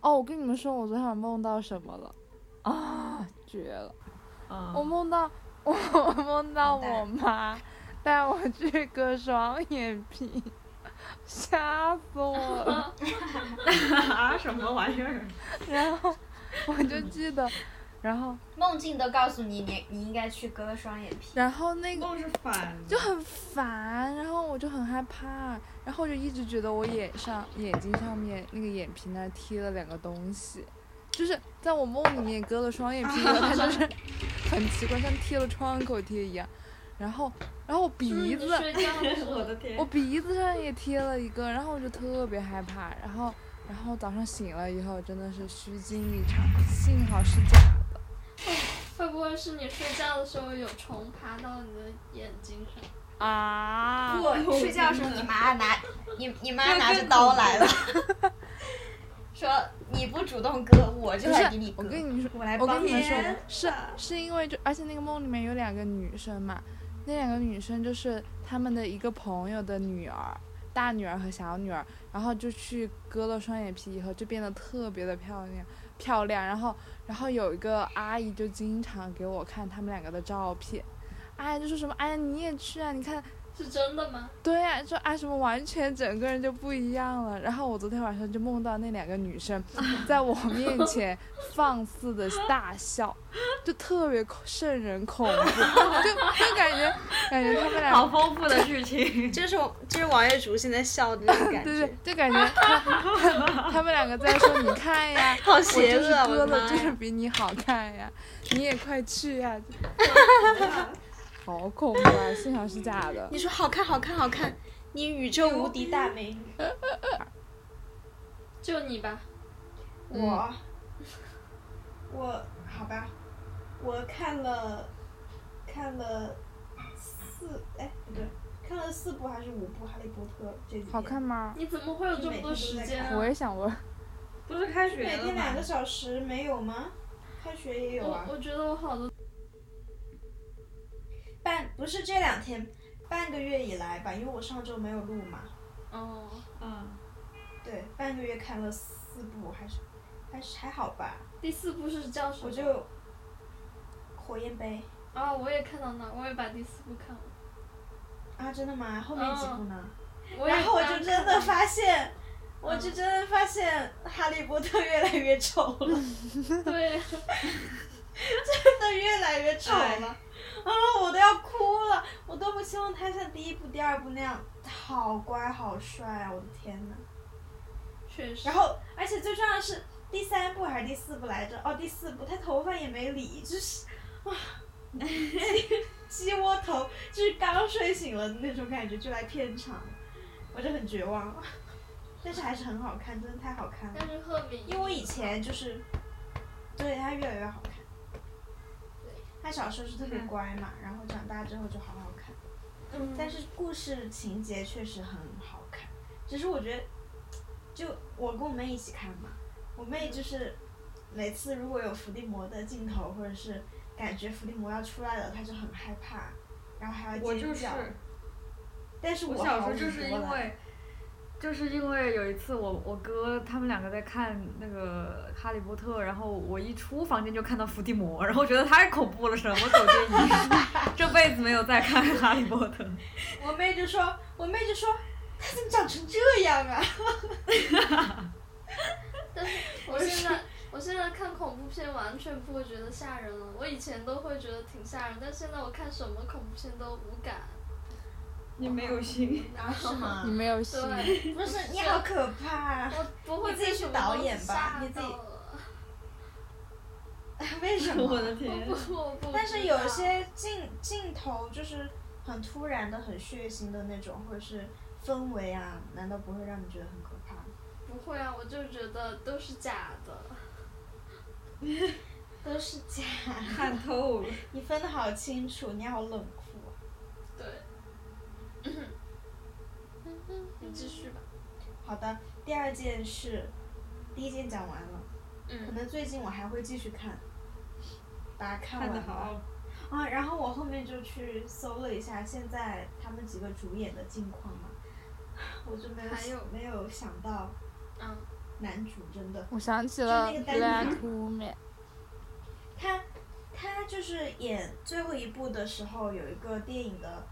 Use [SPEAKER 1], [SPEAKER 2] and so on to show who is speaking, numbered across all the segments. [SPEAKER 1] 哦，我跟你们说，我昨天晚上梦到什么了啊？绝了！
[SPEAKER 2] 啊
[SPEAKER 1] 我梦到我我梦到我妈带我去割双眼皮，吓死我了。
[SPEAKER 2] 啊什么玩意儿？
[SPEAKER 1] 然后我就记得，然后
[SPEAKER 3] 梦境都告诉你，你你应该去割双眼皮。
[SPEAKER 1] 然后那个
[SPEAKER 2] 梦哦是反的，
[SPEAKER 1] 就很烦，然后我就很害怕，然后我就一直觉得我眼上眼睛上面那个眼皮那儿贴了两个东西，就是在我梦里面割了双眼皮以后，它就是很奇怪，像贴了创口贴一样。然后，然后我鼻子，
[SPEAKER 3] 睡觉的时
[SPEAKER 2] 我
[SPEAKER 3] 候
[SPEAKER 2] 的天
[SPEAKER 1] 我，鼻子上也贴了一个，然后我就特别害怕，然后，然后早上醒了以后真的是虚惊一场，幸好是假的，
[SPEAKER 4] 会不会是你睡觉的时候有虫爬到你的眼睛上？
[SPEAKER 1] 啊
[SPEAKER 3] 不，睡觉的时候你妈拿你你妈拿着刀 来了，说你不主动割，我就
[SPEAKER 1] 不
[SPEAKER 3] 来给
[SPEAKER 1] 是
[SPEAKER 3] 你，
[SPEAKER 1] 我
[SPEAKER 3] 割。
[SPEAKER 1] 跟你说，
[SPEAKER 2] 我来
[SPEAKER 1] 我跟
[SPEAKER 2] 帮
[SPEAKER 1] 你们说
[SPEAKER 2] 天，
[SPEAKER 1] 是
[SPEAKER 3] 啊
[SPEAKER 1] 是因为就，而且那个梦里面有两个女生嘛，那两个女生就是他们的一个朋友的女儿，大女儿和小女儿，然后就去割了双眼皮以后就变得特别的漂亮漂亮，然后然后有一个阿姨就经常给我看他们两个的照片，阿姨就说什么哎呀你也去啊，你看
[SPEAKER 4] 是真的吗？
[SPEAKER 1] 对呀、就啊什么完全整个人就不一样了。然后我昨天晚上就梦到那两个女生在我面前放肆的大笑，就特别恐瘆人恐怖，就就感觉感觉他们俩
[SPEAKER 2] 好丰富的剧情，
[SPEAKER 5] 这是我这是王月竹现在笑的那种 感觉，
[SPEAKER 1] 对对，就感觉他他们两个在说你看呀，
[SPEAKER 5] 好
[SPEAKER 1] 我
[SPEAKER 5] 邪
[SPEAKER 1] 就
[SPEAKER 5] 恶
[SPEAKER 1] 是
[SPEAKER 5] 啊，我
[SPEAKER 1] 割
[SPEAKER 5] 的
[SPEAKER 1] 了
[SPEAKER 5] 妈
[SPEAKER 1] 就是
[SPEAKER 5] 呀！
[SPEAKER 1] 比你好看呀，你也快去呀，好恐怖啊！幸好是假的。
[SPEAKER 5] 你说好看好看好看，你宇宙无敌大美女，
[SPEAKER 4] 就你吧，
[SPEAKER 5] 嗯
[SPEAKER 2] 我，我好吧，我看了，看了四，哎不对，看了四部还是五部《哈利波特》这几天
[SPEAKER 1] 好看，吗？
[SPEAKER 4] 你怎么会有这么多时间啊？
[SPEAKER 1] 我也想问，
[SPEAKER 2] 不是开学
[SPEAKER 6] 每
[SPEAKER 2] 了
[SPEAKER 6] 天两
[SPEAKER 2] 吗
[SPEAKER 6] 个？小时没有吗？开学也有啊
[SPEAKER 4] 我。我觉得我好多
[SPEAKER 6] 半不是这两天，半个月以来吧，因为我上周没有录嘛。
[SPEAKER 4] 哦，
[SPEAKER 2] 嗯，
[SPEAKER 6] 对，半个月看了四部，还是还是还好吧。
[SPEAKER 4] 第四部是叫什么？
[SPEAKER 6] 我就火焰杯
[SPEAKER 4] 啊、我也看到那，我也把第四部看完，
[SPEAKER 6] 啊，真的吗？后面几部呢？
[SPEAKER 4] 嗯我也
[SPEAKER 6] 然后我
[SPEAKER 4] 刚
[SPEAKER 6] 就
[SPEAKER 4] 看
[SPEAKER 6] 真的
[SPEAKER 4] 完嗯
[SPEAKER 6] 发现，我就真的发现哈利波特越来越丑了， 真的
[SPEAKER 4] 对，
[SPEAKER 6] 越来越丑
[SPEAKER 4] 哎
[SPEAKER 6] 了。啊，我都要哭了，我都不希望他像第一部、第二部那样，好乖好帅啊！我的天呐。
[SPEAKER 4] 确实。
[SPEAKER 6] 然后，而且最重要的是第三部还是第四部来着？哦，第四部，他头发也没理，就是哇，鸡 鸡窝头，就是刚睡醒了那种感觉就来片场，我就很绝望。但是还是很好看，真的太好看了。
[SPEAKER 4] 但是赫敏，
[SPEAKER 6] 因为我以前就是，对他越来越好看。他小时候是特别乖嘛，然后长大之后就好好看。
[SPEAKER 4] 嗯，
[SPEAKER 6] 但是故事情节确实很好看，只是我觉得，就我跟我妹一起看嘛，我
[SPEAKER 2] 嗯
[SPEAKER 6] 妹就是每次如果有伏地魔的镜头，或者是感觉伏地魔要出来了，她就很害怕，然后还要
[SPEAKER 2] 我
[SPEAKER 6] 尖
[SPEAKER 2] 就是
[SPEAKER 6] 叫。但是
[SPEAKER 2] 我
[SPEAKER 6] 好
[SPEAKER 2] 小时候
[SPEAKER 6] 很
[SPEAKER 2] 就是
[SPEAKER 6] 多
[SPEAKER 2] 因
[SPEAKER 6] 了
[SPEAKER 2] 为，就是因为有一次我我哥他们两个在看那个《哈利波特》，然后我一出房间就看到伏地魔，然后觉得太恐怖了，什么走街仪式，这辈子没有再看《哈利波特》。
[SPEAKER 6] 我妹就说，我妹就说，她怎么长成这样啊？
[SPEAKER 4] 但是我现在我现在看恐怖片完全不会觉得吓人了，我以前都会觉得挺吓人，但现在我看什么恐怖片都无感。
[SPEAKER 2] 你没有心，
[SPEAKER 4] 然后嗯
[SPEAKER 6] 是？吗
[SPEAKER 1] 你？没有戏，
[SPEAKER 4] 对，
[SPEAKER 6] 不是，你好可怕、啊！
[SPEAKER 4] 我不会
[SPEAKER 6] 你自己
[SPEAKER 4] 被
[SPEAKER 6] 去
[SPEAKER 4] 什么
[SPEAKER 6] 导
[SPEAKER 4] 东西
[SPEAKER 6] 演吧
[SPEAKER 4] 吓
[SPEAKER 6] 你自己
[SPEAKER 4] 到了
[SPEAKER 6] 为 什
[SPEAKER 2] 我
[SPEAKER 6] 么？
[SPEAKER 2] 的天，
[SPEAKER 4] 我不， 我不
[SPEAKER 6] 但是
[SPEAKER 4] 知
[SPEAKER 6] 有
[SPEAKER 4] 道
[SPEAKER 6] 些镜镜头就是很突然的、很血腥的那种，或者是氛围啊，难道不会让你觉得很可怕吗？
[SPEAKER 4] 不会啊，我就觉得都是假的。
[SPEAKER 6] 都是假，
[SPEAKER 2] 看透了。
[SPEAKER 6] 你分的好清楚，你好冷酷啊！
[SPEAKER 4] 对。
[SPEAKER 6] 嗯
[SPEAKER 4] 你继续吧。
[SPEAKER 6] 好的，第二件事，第一件讲完了，可
[SPEAKER 4] 嗯，
[SPEAKER 6] 能最近我还会继续看，把它看完
[SPEAKER 2] 看得
[SPEAKER 6] 吧
[SPEAKER 2] 好，
[SPEAKER 6] 啊，然后我后面就去搜了一下现在他们 几个主演的近况嘛，我就没有
[SPEAKER 4] 还有
[SPEAKER 6] 没有想到
[SPEAKER 4] 嗯，
[SPEAKER 6] 男主真的，
[SPEAKER 1] 我想起
[SPEAKER 6] 就
[SPEAKER 1] 了
[SPEAKER 6] 那个
[SPEAKER 1] Black
[SPEAKER 6] 单
[SPEAKER 1] Woman，
[SPEAKER 6] 他他就是演最后一部的时候有一个电影的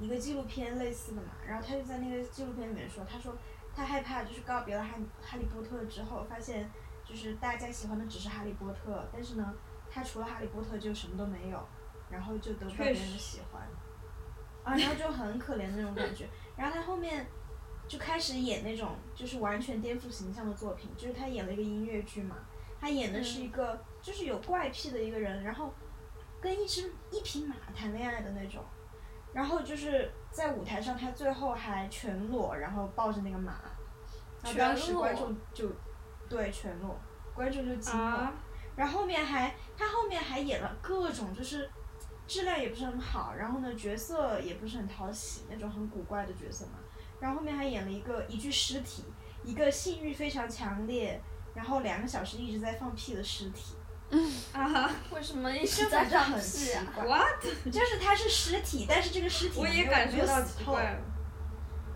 [SPEAKER 6] 一个纪录片类似的嘛，然后他就在那个纪录片里面说，他说他害怕就是告别了哈哈利波特之后，发现就是大家喜欢的只是哈利波特，但是呢，他除了哈利波特就什么都没有，然后就得不到别人的喜欢， 啊，然后就很可怜的那种感觉，然后他后面。就开始演那种就是完全颠覆形象的作品，就是他演了一个音乐剧嘛，他演的是
[SPEAKER 4] 嗯
[SPEAKER 6] 一个、就是有怪癖的一个人，然后跟一只一匹马谈恋爱的那种，然后就是在舞台上他最后还全裸，然后抱着那个马，然后当时
[SPEAKER 4] 全裸
[SPEAKER 6] 观众就对全裸，观众就惊了，
[SPEAKER 2] 啊
[SPEAKER 6] 然后后面还他后面还演了各种就是。质量也不是很好，然后呢，角色也不是很讨喜，那种很古怪的角色嘛。然后后面还演了一个一具尸体，一个性欲非常强烈，然后两个小时一直在放屁的尸体，
[SPEAKER 2] 啊！
[SPEAKER 4] 为什么一
[SPEAKER 6] 这
[SPEAKER 4] 直
[SPEAKER 6] 反
[SPEAKER 4] 在
[SPEAKER 6] 正
[SPEAKER 4] 放
[SPEAKER 6] 很
[SPEAKER 4] 屁
[SPEAKER 6] 奇
[SPEAKER 4] 啊？
[SPEAKER 6] 怪。
[SPEAKER 2] What？
[SPEAKER 6] 就是它是尸体，但是这个尸体
[SPEAKER 2] 我
[SPEAKER 6] 没
[SPEAKER 2] 也
[SPEAKER 6] 有
[SPEAKER 2] 感
[SPEAKER 6] 没
[SPEAKER 2] 觉
[SPEAKER 6] 有
[SPEAKER 2] 到
[SPEAKER 6] 死
[SPEAKER 2] 奇
[SPEAKER 6] 透
[SPEAKER 2] 怪，了。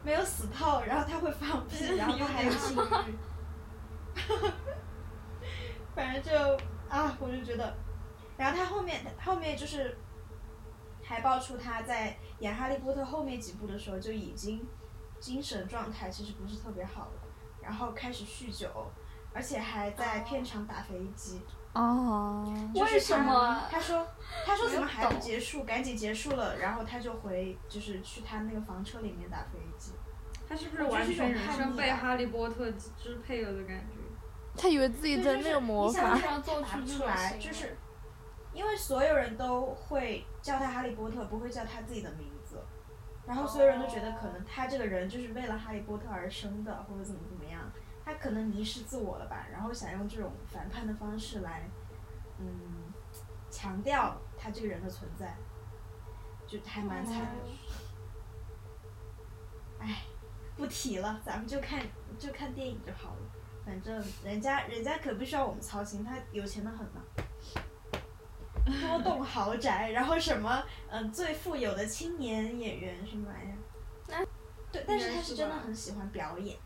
[SPEAKER 6] 没有死透，然后它会放屁，然后它还有性欲。 反正就啊，我就觉得，然后他后面后面就是还爆出他在演《哈利波特》后面几部的时候就已经精神状态其实不是特别好了，然后开始酗酒，而且还在片场打飞机。
[SPEAKER 1] 哦，
[SPEAKER 6] 就是
[SPEAKER 4] 为什
[SPEAKER 6] 他
[SPEAKER 4] 么啊
[SPEAKER 6] 他说，他说怎么还
[SPEAKER 4] 没
[SPEAKER 6] 不
[SPEAKER 4] 有懂
[SPEAKER 6] 结束？赶紧结束了，然后他就回，就是去他那个房车里面打飞机。
[SPEAKER 2] 他是不是完全人生被
[SPEAKER 6] 我就是一种叛逆啊
[SPEAKER 2] 哈利波特支配了的感觉？
[SPEAKER 1] 他以为自己
[SPEAKER 6] 对
[SPEAKER 1] 在
[SPEAKER 6] 就
[SPEAKER 1] 那
[SPEAKER 6] 是
[SPEAKER 1] 个魔
[SPEAKER 6] 你想
[SPEAKER 1] 法，
[SPEAKER 6] 象
[SPEAKER 4] 做
[SPEAKER 6] 打
[SPEAKER 4] 出
[SPEAKER 6] 不
[SPEAKER 4] 这
[SPEAKER 6] 出
[SPEAKER 4] 种
[SPEAKER 6] 来，
[SPEAKER 4] 行
[SPEAKER 6] 就
[SPEAKER 4] 为
[SPEAKER 6] 是因为所有人都会叫他哈利波特，不会叫他自己的名字，然后所有人都觉得可能他这个人就是为了哈利波特而生的，或者怎么怎么样，他可能迷失自我了吧，然后想用这种反叛的方式来，嗯，强调他这个人的存在，就还蛮惨的。
[SPEAKER 4] 哦
[SPEAKER 6] 唉，不提了，咱们就看就看电影就好了。反正人家人家可不需要我们操心，他有钱的很呢、多栋豪宅，然后什么嗯最富有的青年演员什么玩意儿。对，但是他是真的很喜欢表演，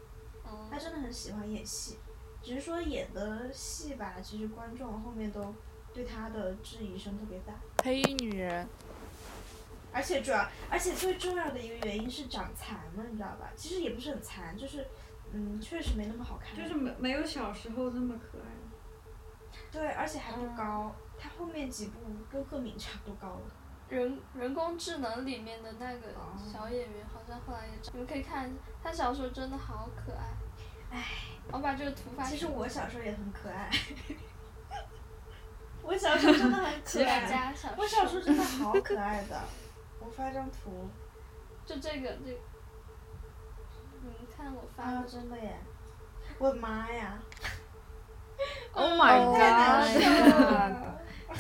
[SPEAKER 6] 他真的很喜欢演戏，只是说演的戏吧，其实观众后面都对他的质疑声特别大，
[SPEAKER 1] 黑衣女人，
[SPEAKER 6] 而且主要，而且最重要的一个原因是长残了，你知道吧？其实也不是很残，就是嗯，确实没那么好看，
[SPEAKER 2] 就是没没有小时候那么可爱。
[SPEAKER 6] 对，而且还不
[SPEAKER 2] 哦
[SPEAKER 6] 高，他后面几部跟贺敏差不多高了。
[SPEAKER 4] 人嗯人工智能里面的那个
[SPEAKER 6] 哦
[SPEAKER 4] 小演员，好像后来也长，你们可以看，他小时候真的好可爱。
[SPEAKER 6] 哦唉，
[SPEAKER 4] 我把这个图发
[SPEAKER 6] 其实
[SPEAKER 4] 给
[SPEAKER 6] 我小时候也很可爱， 我小时候真 的很可
[SPEAKER 4] 大
[SPEAKER 6] 爱，
[SPEAKER 4] 家小
[SPEAKER 6] 我小时候真的好可爱的，我发张图
[SPEAKER 4] 就这个这个，你们看我发
[SPEAKER 6] 啊，
[SPEAKER 4] 的，
[SPEAKER 6] 真的耶，我的妈呀！
[SPEAKER 2] Oh my god！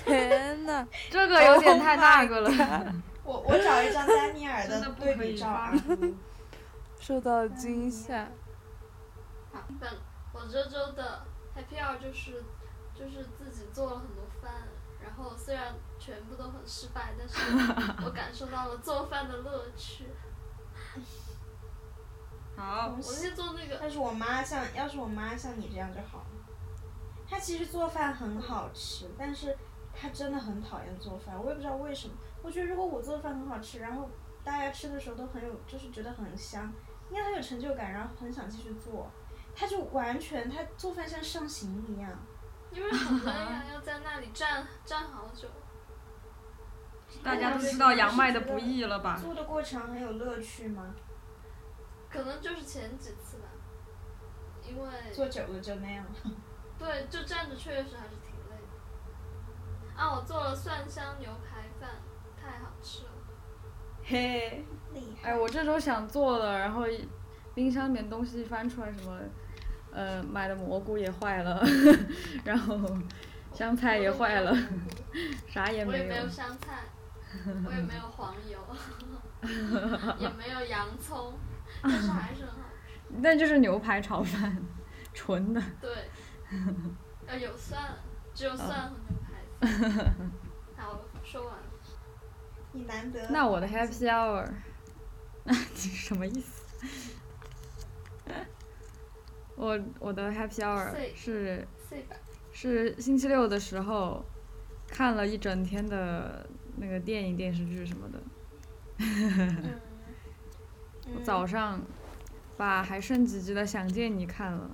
[SPEAKER 1] 天呐，
[SPEAKER 2] 这个有点太那个了。
[SPEAKER 6] 我我找一张丹尼尔
[SPEAKER 2] 真的
[SPEAKER 6] 的
[SPEAKER 2] 不
[SPEAKER 6] 对
[SPEAKER 2] 可以
[SPEAKER 6] 比照
[SPEAKER 2] 发
[SPEAKER 6] 啊，
[SPEAKER 1] 受到了惊吓。
[SPEAKER 4] 好，本我这周的 happy hour 就是就是自己做了很多饭，然后虽然全部都很失败， 但是我感受到了做饭的乐趣。
[SPEAKER 2] 好，
[SPEAKER 4] 我先做那个，
[SPEAKER 6] 但是我妈像，要是我妈像你这样就好了。她其实做饭很好吃，但是她真的很讨厌做饭，我也不知道为什么。我觉得如果我做的饭很好吃，然后大家吃的时候都很有，就是觉得很香，应该很有成就感，然后很想继续做。她就完全，她做饭像上刑一样。
[SPEAKER 4] 因为很累 呀，要在那里站站好久。
[SPEAKER 2] 大家都知道杨麦的不易了 吧？
[SPEAKER 6] 做的过程很有乐趣吗？
[SPEAKER 4] 可能就是前几次吧，因为
[SPEAKER 6] 做久了就那样了。
[SPEAKER 4] 对就站着确实还是挺累的。啊，我做了蒜香牛排饭，太好吃了。
[SPEAKER 2] 嘿，
[SPEAKER 6] 厉害。
[SPEAKER 2] 哎，我这周想做的，然后冰箱里面东西翻出来什么，呃，买的蘑菇也坏了， 然后香菜也坏了，啥也
[SPEAKER 4] 我也
[SPEAKER 2] 没
[SPEAKER 4] 没
[SPEAKER 2] 有
[SPEAKER 4] 有。香菜，我也没有黄油， 也没有洋葱，但是还是很好吃。
[SPEAKER 2] 那就是牛排炒饭， 纯的。
[SPEAKER 4] 对，呃，有蒜，只有蒜和牛排丝。好，我说 完了。
[SPEAKER 6] 你难得。
[SPEAKER 2] 那我的 Happy Hour，什么意思？我我的 Happy Hour
[SPEAKER 4] 对
[SPEAKER 2] 是
[SPEAKER 4] C 版，
[SPEAKER 2] 是星期六的时候看了一整天的那个电影、电视剧什么的。我
[SPEAKER 4] 嗯
[SPEAKER 6] 嗯
[SPEAKER 2] 早上把还剩几集的《想见你》看了，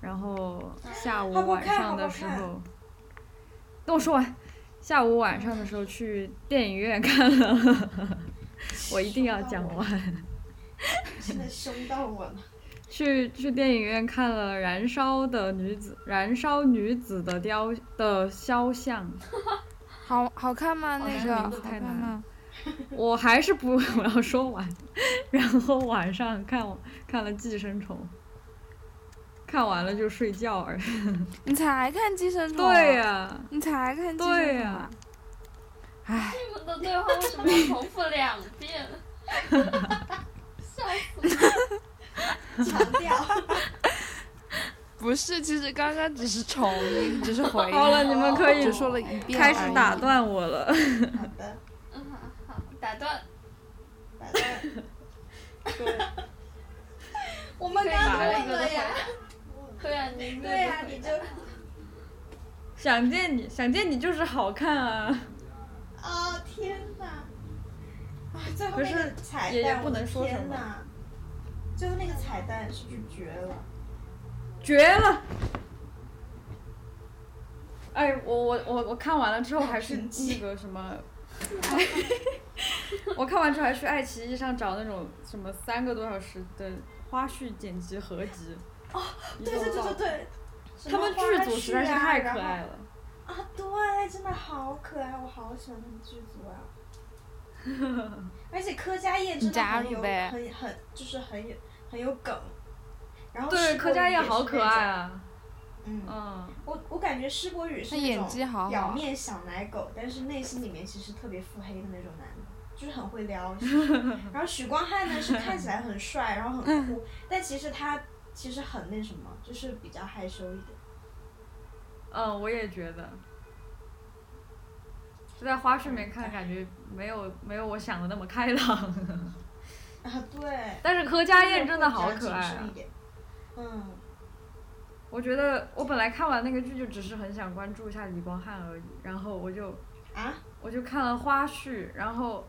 [SPEAKER 2] 然后下午
[SPEAKER 6] 啊好不
[SPEAKER 2] 晚
[SPEAKER 6] 看
[SPEAKER 2] 上
[SPEAKER 6] 好
[SPEAKER 2] 的
[SPEAKER 6] 不
[SPEAKER 2] 时
[SPEAKER 6] 看
[SPEAKER 2] 候，等我说完。下午晚上的时候去电影院看了，我一定要讲完。
[SPEAKER 6] 真的凶到我了。
[SPEAKER 2] 去去电影院看了《燃烧的女子》《燃烧女子的雕的肖像》，
[SPEAKER 1] 好好看吗？那个
[SPEAKER 2] 像名字
[SPEAKER 1] 好
[SPEAKER 2] 太
[SPEAKER 1] 看
[SPEAKER 2] 难了
[SPEAKER 1] 吗？
[SPEAKER 2] 我还是不 我要说完。然后晚上看看了《寄生虫》，看完了就睡觉而已。
[SPEAKER 1] 哦你才看《寄生虫》？啊
[SPEAKER 2] 对呀、
[SPEAKER 1] 你才看《寄生虫》
[SPEAKER 2] 对呀
[SPEAKER 1] 啊？唉，
[SPEAKER 4] 你们的对话为什嗯么要重复两遍？笑死我！
[SPEAKER 6] 强调，
[SPEAKER 1] 不是，其实刚刚只是重音，只是回音。
[SPEAKER 2] 好了，你们可以
[SPEAKER 1] 哎哦只说了一遍，
[SPEAKER 2] 开始打。断我了。
[SPEAKER 6] 好的，
[SPEAKER 4] 嗯，好，好，打断。
[SPEAKER 6] 拜拜。
[SPEAKER 3] 我们
[SPEAKER 4] 可以
[SPEAKER 3] 刚刚
[SPEAKER 4] 把那
[SPEAKER 3] 问
[SPEAKER 4] 个的
[SPEAKER 3] 的
[SPEAKER 4] 回
[SPEAKER 3] 呀，
[SPEAKER 4] 答。对啊呀，你没有
[SPEAKER 6] 对呀、
[SPEAKER 4] 回
[SPEAKER 6] 你
[SPEAKER 4] 答
[SPEAKER 6] 就
[SPEAKER 2] 想见你，想见你就是好看啊！
[SPEAKER 6] 哦天哪！啊，最后
[SPEAKER 2] 不
[SPEAKER 6] 那
[SPEAKER 2] 是
[SPEAKER 6] 个彩蛋，
[SPEAKER 2] 也也不
[SPEAKER 6] 我的
[SPEAKER 2] 能说什
[SPEAKER 6] 天
[SPEAKER 2] 么
[SPEAKER 6] 哪最后那个彩蛋是不是绝了？
[SPEAKER 2] 绝了！哎，我我我我看完了之后还去那个什么， 我看完之后还去爱奇艺上找那种什么三个多小时的花絮剪辑合集。哦，
[SPEAKER 6] 对对对对对，什
[SPEAKER 2] 他们
[SPEAKER 6] 么花
[SPEAKER 2] 剧组实在是
[SPEAKER 6] 絮啊
[SPEAKER 2] 太可
[SPEAKER 6] 然后
[SPEAKER 2] 爱了。
[SPEAKER 6] 啊！对，真的好可爱，我好喜欢他们剧组 啊。而且柯佳嬿真的
[SPEAKER 1] 加
[SPEAKER 6] 很
[SPEAKER 1] 入
[SPEAKER 6] 有
[SPEAKER 1] 呗
[SPEAKER 6] 很很就是很有很有梗，然后
[SPEAKER 2] 对，
[SPEAKER 6] 施
[SPEAKER 2] 柯
[SPEAKER 6] 柏
[SPEAKER 2] 佳
[SPEAKER 6] 宇
[SPEAKER 2] 嬿
[SPEAKER 6] 也
[SPEAKER 2] 好
[SPEAKER 6] 是
[SPEAKER 2] 可
[SPEAKER 6] 那
[SPEAKER 2] 爱
[SPEAKER 6] 种。
[SPEAKER 2] 啊！
[SPEAKER 6] 嗯，
[SPEAKER 2] 嗯，
[SPEAKER 6] 我我感觉施柏宇是
[SPEAKER 1] 他
[SPEAKER 6] 那
[SPEAKER 1] 演
[SPEAKER 6] 种
[SPEAKER 1] 技好
[SPEAKER 6] 表
[SPEAKER 2] 啊
[SPEAKER 1] 好，
[SPEAKER 6] 面小奶狗，但是内心里面其实特别腹黑的那种男的，就是很会 撩。就是然后许光汉呢是看起来很帅，然后很酷，但其实他其实很那什么，就是比较害羞一点。
[SPEAKER 2] 嗯，我也觉得，就在花絮里面看，感觉没有没有我想的那么开朗。
[SPEAKER 6] 啊，对。
[SPEAKER 2] 但是柯佳嬿
[SPEAKER 6] 就是
[SPEAKER 2] 真的
[SPEAKER 6] 会
[SPEAKER 2] 好
[SPEAKER 6] 比较
[SPEAKER 2] 可爱
[SPEAKER 6] 谨慎
[SPEAKER 2] 啊
[SPEAKER 6] 一！点。嗯，
[SPEAKER 2] 我觉得我本来看完那个剧就只是很想关注一下李光汉而已，然后我就
[SPEAKER 6] 啊，
[SPEAKER 2] 我就看了花絮，然后。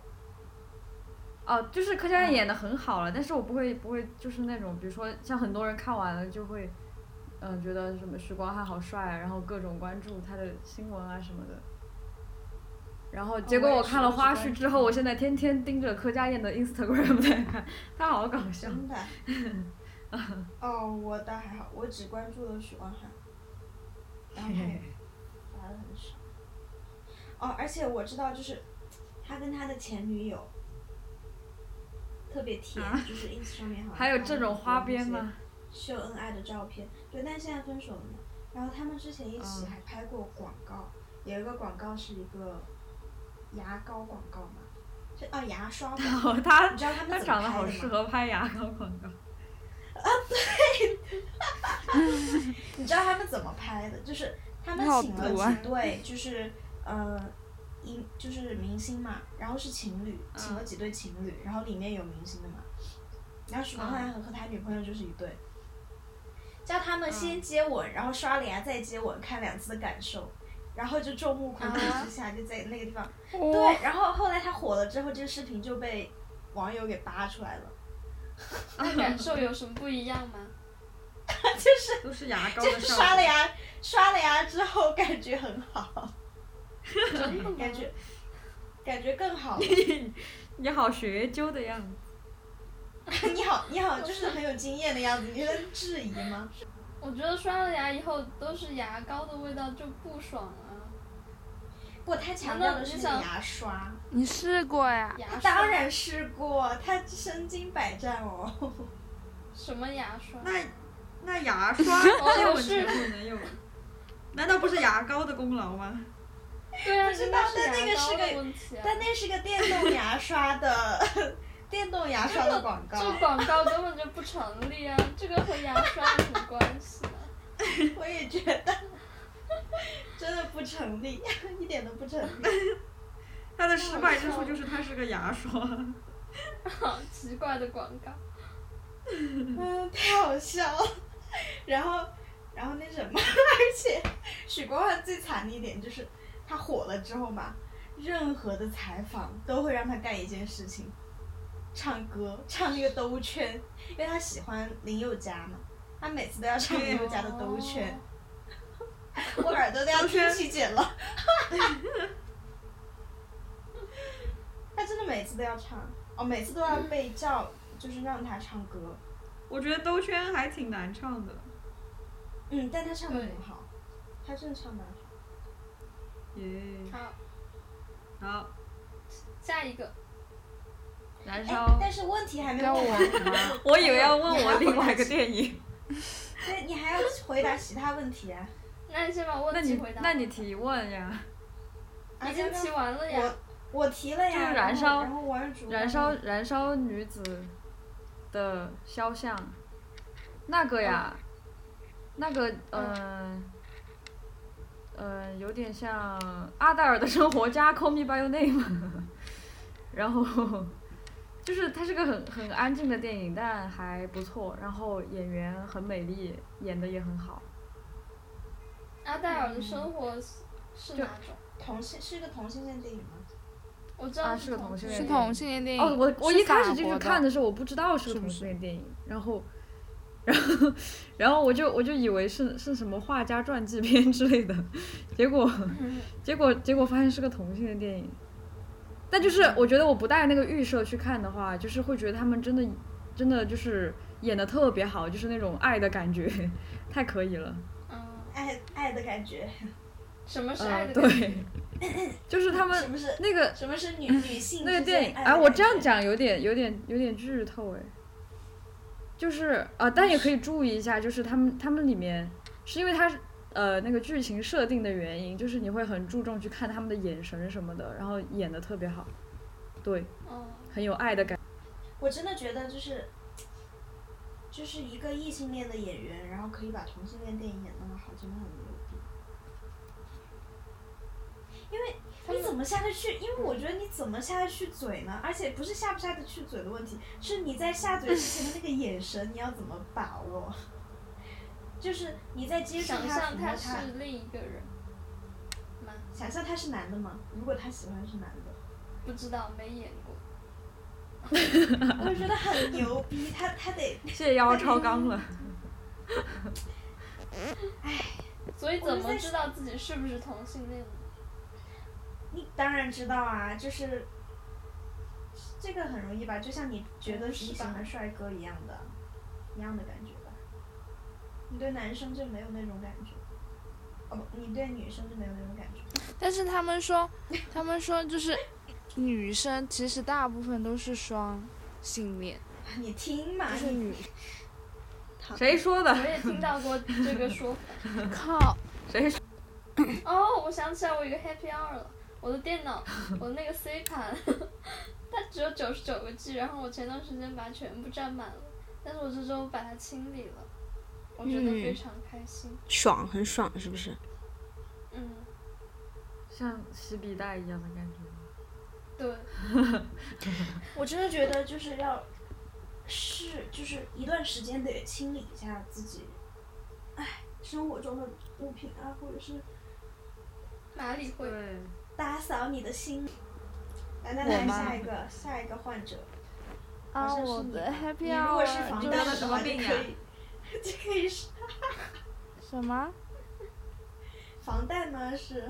[SPEAKER 2] 哦，就是柯
[SPEAKER 6] 嗯
[SPEAKER 2] 佳嬿演的很好了，但是我不会不会就是那种，比如说像很多人看完了就会，嗯、觉得什么许光汉好帅啊，然后各种关注他的新闻啊什么的。然后结果
[SPEAKER 6] 哦我也
[SPEAKER 2] 我
[SPEAKER 6] 是
[SPEAKER 2] 看了
[SPEAKER 6] 我只
[SPEAKER 2] 花
[SPEAKER 6] 关
[SPEAKER 2] 絮
[SPEAKER 6] 注
[SPEAKER 2] 之后，我现在天天盯着柯佳嬿的 Instagram 在看，她好搞笑。
[SPEAKER 6] 真的。
[SPEAKER 2] 嗯
[SPEAKER 6] 哦，我倒还好，我只关注了许光汉，然后 他玩的很少。哦，而且我知道，就是他跟他的前女友 特别甜，
[SPEAKER 2] 啊
[SPEAKER 6] 就是 ins 上面好像
[SPEAKER 2] 还有
[SPEAKER 6] 发
[SPEAKER 2] 这
[SPEAKER 6] 了
[SPEAKER 2] 种
[SPEAKER 6] 很
[SPEAKER 2] 花
[SPEAKER 6] 多
[SPEAKER 2] 边
[SPEAKER 6] 那些
[SPEAKER 2] 吗？
[SPEAKER 6] 秀恩爱的照片，对，但现在分手了嘛。然后他们之前一起
[SPEAKER 2] 嗯
[SPEAKER 6] 还拍过广告，有一个广告是一个牙膏广告嘛，是啊牙刷广告。
[SPEAKER 2] 哦，他
[SPEAKER 6] 你知道他
[SPEAKER 2] 他
[SPEAKER 6] 们怎么
[SPEAKER 2] 长得
[SPEAKER 6] 拍
[SPEAKER 2] 好
[SPEAKER 6] 的
[SPEAKER 2] 适
[SPEAKER 6] 吗？
[SPEAKER 2] 合拍牙膏广 告。
[SPEAKER 6] 你知道他们怎么拍的？就是他们
[SPEAKER 1] 好
[SPEAKER 6] 请
[SPEAKER 1] 毒
[SPEAKER 6] 了
[SPEAKER 1] 啊
[SPEAKER 6] 几对，就是呃，一就是明星嘛，然后是情侣，请了几对情侣，然后里面有明星的嘛。然后许光汉和他女朋友就是一对，叫他们先接吻，然后刷脸再接吻，看两次的感受，然后就众目睽睽之下就在那个地方
[SPEAKER 1] 对，
[SPEAKER 6] 对，然后后来他火了之后，这个视频就被网友给扒出来了，
[SPEAKER 4] 那感受有什么不一样吗？
[SPEAKER 6] 就是
[SPEAKER 2] 都是牙膏
[SPEAKER 6] 就
[SPEAKER 2] 的
[SPEAKER 6] 是
[SPEAKER 2] 效
[SPEAKER 6] 刷了
[SPEAKER 2] 果
[SPEAKER 6] 牙，刷了牙之后感觉很好，
[SPEAKER 4] 真的吗？
[SPEAKER 6] 感觉感觉更好了。
[SPEAKER 2] 你好学究的样子。
[SPEAKER 6] 你好，你好，就是很有经验的样子，你在质疑吗？
[SPEAKER 4] 我觉得刷了牙以后都是牙膏的味道，就不爽了。
[SPEAKER 6] 不，他强调的是
[SPEAKER 4] 难
[SPEAKER 6] 那
[SPEAKER 4] 道
[SPEAKER 6] 个
[SPEAKER 4] 你想
[SPEAKER 6] 牙刷，
[SPEAKER 1] 你试过呀？
[SPEAKER 4] 牙刷
[SPEAKER 6] 当然试过，他身经百战哦。
[SPEAKER 4] 什么牙刷？
[SPEAKER 5] 那那牙 刷
[SPEAKER 4] 我
[SPEAKER 2] 我
[SPEAKER 4] 我是
[SPEAKER 2] 能哦有，
[SPEAKER 5] 难道不是牙膏的功劳吗？
[SPEAKER 4] 对啊，
[SPEAKER 6] 不知
[SPEAKER 4] 真
[SPEAKER 6] 道
[SPEAKER 4] 的是
[SPEAKER 6] 但那个
[SPEAKER 4] 牙膏
[SPEAKER 6] 是个
[SPEAKER 4] 的问题啊。
[SPEAKER 6] 但那是个电动牙刷的， 电动牙刷的广告
[SPEAKER 4] 这，个广告根本就不成立啊！这个和牙刷有什么关系 啊？
[SPEAKER 6] 我也觉得 真的不成立， 一点都不成立。
[SPEAKER 5] 它的失败之
[SPEAKER 6] 哦
[SPEAKER 5] 处就是它是个牙刷。
[SPEAKER 4] 好奇怪的广告。
[SPEAKER 6] 啊嗯，太好笑了。 然后，然后那什么， 而且许光汉最惨的一点就是他火了之后嘛，任何的采访都会让他干一件事情，唱歌，唱那个兜圈，因为他喜欢林宥嘉嘛，他每次都要唱林宥嘉的兜圈，我耳朵都要听起茧了。他真的每次都要唱，哦，每次都要被叫，就是让他唱歌。
[SPEAKER 2] 我觉得兜圈还挺难唱的，
[SPEAKER 6] 嗯，但他唱的
[SPEAKER 4] 对
[SPEAKER 6] 很好，他真的唱的好。
[SPEAKER 2] 耶。
[SPEAKER 4] 好，
[SPEAKER 2] 好，
[SPEAKER 4] 下一个，
[SPEAKER 2] 燃
[SPEAKER 6] 哎
[SPEAKER 2] 烧，。啊
[SPEAKER 6] 但是问题还没
[SPEAKER 1] 要
[SPEAKER 6] 问
[SPEAKER 1] 我
[SPEAKER 6] 完，
[SPEAKER 1] 吗？
[SPEAKER 2] 我以为要问我另外一个电影，
[SPEAKER 6] 对，你还要回答其他问题啊。
[SPEAKER 4] 那你先把问
[SPEAKER 2] 那
[SPEAKER 4] 题
[SPEAKER 2] 你
[SPEAKER 4] 回答。
[SPEAKER 2] 那你提问呀。
[SPEAKER 6] 啊
[SPEAKER 4] 已经
[SPEAKER 6] 刚刚
[SPEAKER 4] 提完了呀
[SPEAKER 6] 我。我提了呀，
[SPEAKER 2] 就是
[SPEAKER 6] 然
[SPEAKER 2] 燃
[SPEAKER 6] 后
[SPEAKER 2] 烧
[SPEAKER 6] 然后王主
[SPEAKER 2] 燃烧燃烧女子的肖像，那个呀，那个嗯嗯、呃有点像阿黛尔的生活家《Call Me by Your Name》，然后就是它是个很很安静的电影，但还不错，然后演员很美丽，演的也很好，
[SPEAKER 4] 阿黛啊尔的生活是是
[SPEAKER 2] 就
[SPEAKER 4] 哪种？
[SPEAKER 6] 同性是一个同性恋电影吗？
[SPEAKER 4] 我知道
[SPEAKER 2] 啊是个同
[SPEAKER 4] 性
[SPEAKER 2] 性
[SPEAKER 1] 是
[SPEAKER 2] 恋
[SPEAKER 1] 同性恋电影。
[SPEAKER 2] 哦，我我一开始进去看
[SPEAKER 1] 的，
[SPEAKER 2] 的时候，我不知道是
[SPEAKER 1] 是
[SPEAKER 2] 个
[SPEAKER 1] 不
[SPEAKER 2] 同
[SPEAKER 1] 是
[SPEAKER 2] 性恋电影，然后，然后，然后我就我就以为是是什么画家传记片 之类的，结果，
[SPEAKER 4] 嗯
[SPEAKER 2] 结果结果发现是个同性恋电影，但就是我觉得我不带那个预设去看的话，就是会觉得他们真的真的就是演的特别好，就是那种爱的感觉， 太可以了。
[SPEAKER 4] 嗯，
[SPEAKER 6] 爱爱的感觉，
[SPEAKER 4] 什么是爱
[SPEAKER 2] 呃，
[SPEAKER 4] 的感觉？
[SPEAKER 2] 对， 就是他
[SPEAKER 6] 什
[SPEAKER 2] 们
[SPEAKER 6] 么是
[SPEAKER 2] 那个
[SPEAKER 6] 什么是 女女性
[SPEAKER 2] 那个
[SPEAKER 6] 之间
[SPEAKER 2] 电影，
[SPEAKER 6] 爱
[SPEAKER 2] 哎，
[SPEAKER 6] 的
[SPEAKER 2] 我
[SPEAKER 6] 感
[SPEAKER 2] 这样
[SPEAKER 6] 觉，
[SPEAKER 2] 讲有点有点有点剧透哎，就是啊，但也可以注意一下，就是他们他们里面是因为它是呃那个剧情设定的原因，就是你会很注重去看他们的眼神什么的，然后演的特别好，对，
[SPEAKER 4] 嗯，
[SPEAKER 2] 很有爱的感
[SPEAKER 6] 我真的觉得就是就是一个异性恋的演员，然后可以把同性恋电影演那么好，真的很牛逼。因为
[SPEAKER 4] 他
[SPEAKER 6] 你
[SPEAKER 4] 们
[SPEAKER 6] 怎么下得去？因为我觉得你怎么下得去嘴呢？而且不是下不下得去嘴的问题，是你在下嘴之前的那个眼神，你要怎么把握？就是你在接触
[SPEAKER 4] 想
[SPEAKER 6] 他、
[SPEAKER 4] 象
[SPEAKER 6] 抚摸他，
[SPEAKER 4] 他是另一个人吗？
[SPEAKER 6] 想象他是男的吗？如果他喜欢是男的，
[SPEAKER 4] 不知道，没演过。
[SPEAKER 6] 我就觉得很牛逼。他他得
[SPEAKER 2] 觉，谢腰超纲了。
[SPEAKER 4] 所以
[SPEAKER 6] 我
[SPEAKER 4] 怎
[SPEAKER 6] 们
[SPEAKER 4] 么
[SPEAKER 6] 在
[SPEAKER 4] 知道自己是不是同性恋呢？
[SPEAKER 6] 你当然知道啊，就是这个很容易吧，就像你觉得你喜欢帅哥一样的，一样的感觉吧。你对男生就没有那种感觉，哦不，你对女生就没有那种感觉。
[SPEAKER 1] 但是他们说，他们说就是女生其实大部分都是双性恋，
[SPEAKER 6] 你听嘛，
[SPEAKER 1] 就是
[SPEAKER 6] 你
[SPEAKER 1] 女
[SPEAKER 2] 谁说的
[SPEAKER 4] 我？也听到过这个说法。
[SPEAKER 1] 靠
[SPEAKER 2] 谁说？
[SPEAKER 4] 哦，我想起来，我有一个 Happy Hour 了。我的电脑，我的那个 C 盘， 它只有九十九个 G，然后我前段时间把它全部占满了，但是我这周把它清理了，我觉得非常开心。
[SPEAKER 5] 爽，很爽，是不是？
[SPEAKER 4] 嗯，
[SPEAKER 2] 像洗笔袋一样的感觉，
[SPEAKER 4] 对，
[SPEAKER 6] 我真的觉得就是要是就是一段时间得清理一下自己，哎，生活中的物品啊，或者是
[SPEAKER 4] 马里会，
[SPEAKER 2] 对，
[SPEAKER 6] 打扫你的心。来来
[SPEAKER 1] 我
[SPEAKER 6] 来，
[SPEAKER 1] 吗
[SPEAKER 6] 下一个下一个患者。
[SPEAKER 1] 啊！
[SPEAKER 6] 好像是
[SPEAKER 1] 我
[SPEAKER 6] 你
[SPEAKER 1] 的
[SPEAKER 6] 吧
[SPEAKER 1] happy
[SPEAKER 6] 你如果是
[SPEAKER 1] hour
[SPEAKER 6] 防
[SPEAKER 1] 就
[SPEAKER 6] 弹的
[SPEAKER 1] 是
[SPEAKER 2] 什
[SPEAKER 6] 话，
[SPEAKER 2] 么
[SPEAKER 6] 就
[SPEAKER 2] 病
[SPEAKER 6] 可
[SPEAKER 2] 呀
[SPEAKER 6] 以，就可以是
[SPEAKER 1] 什 么？
[SPEAKER 6] 防弹呢是，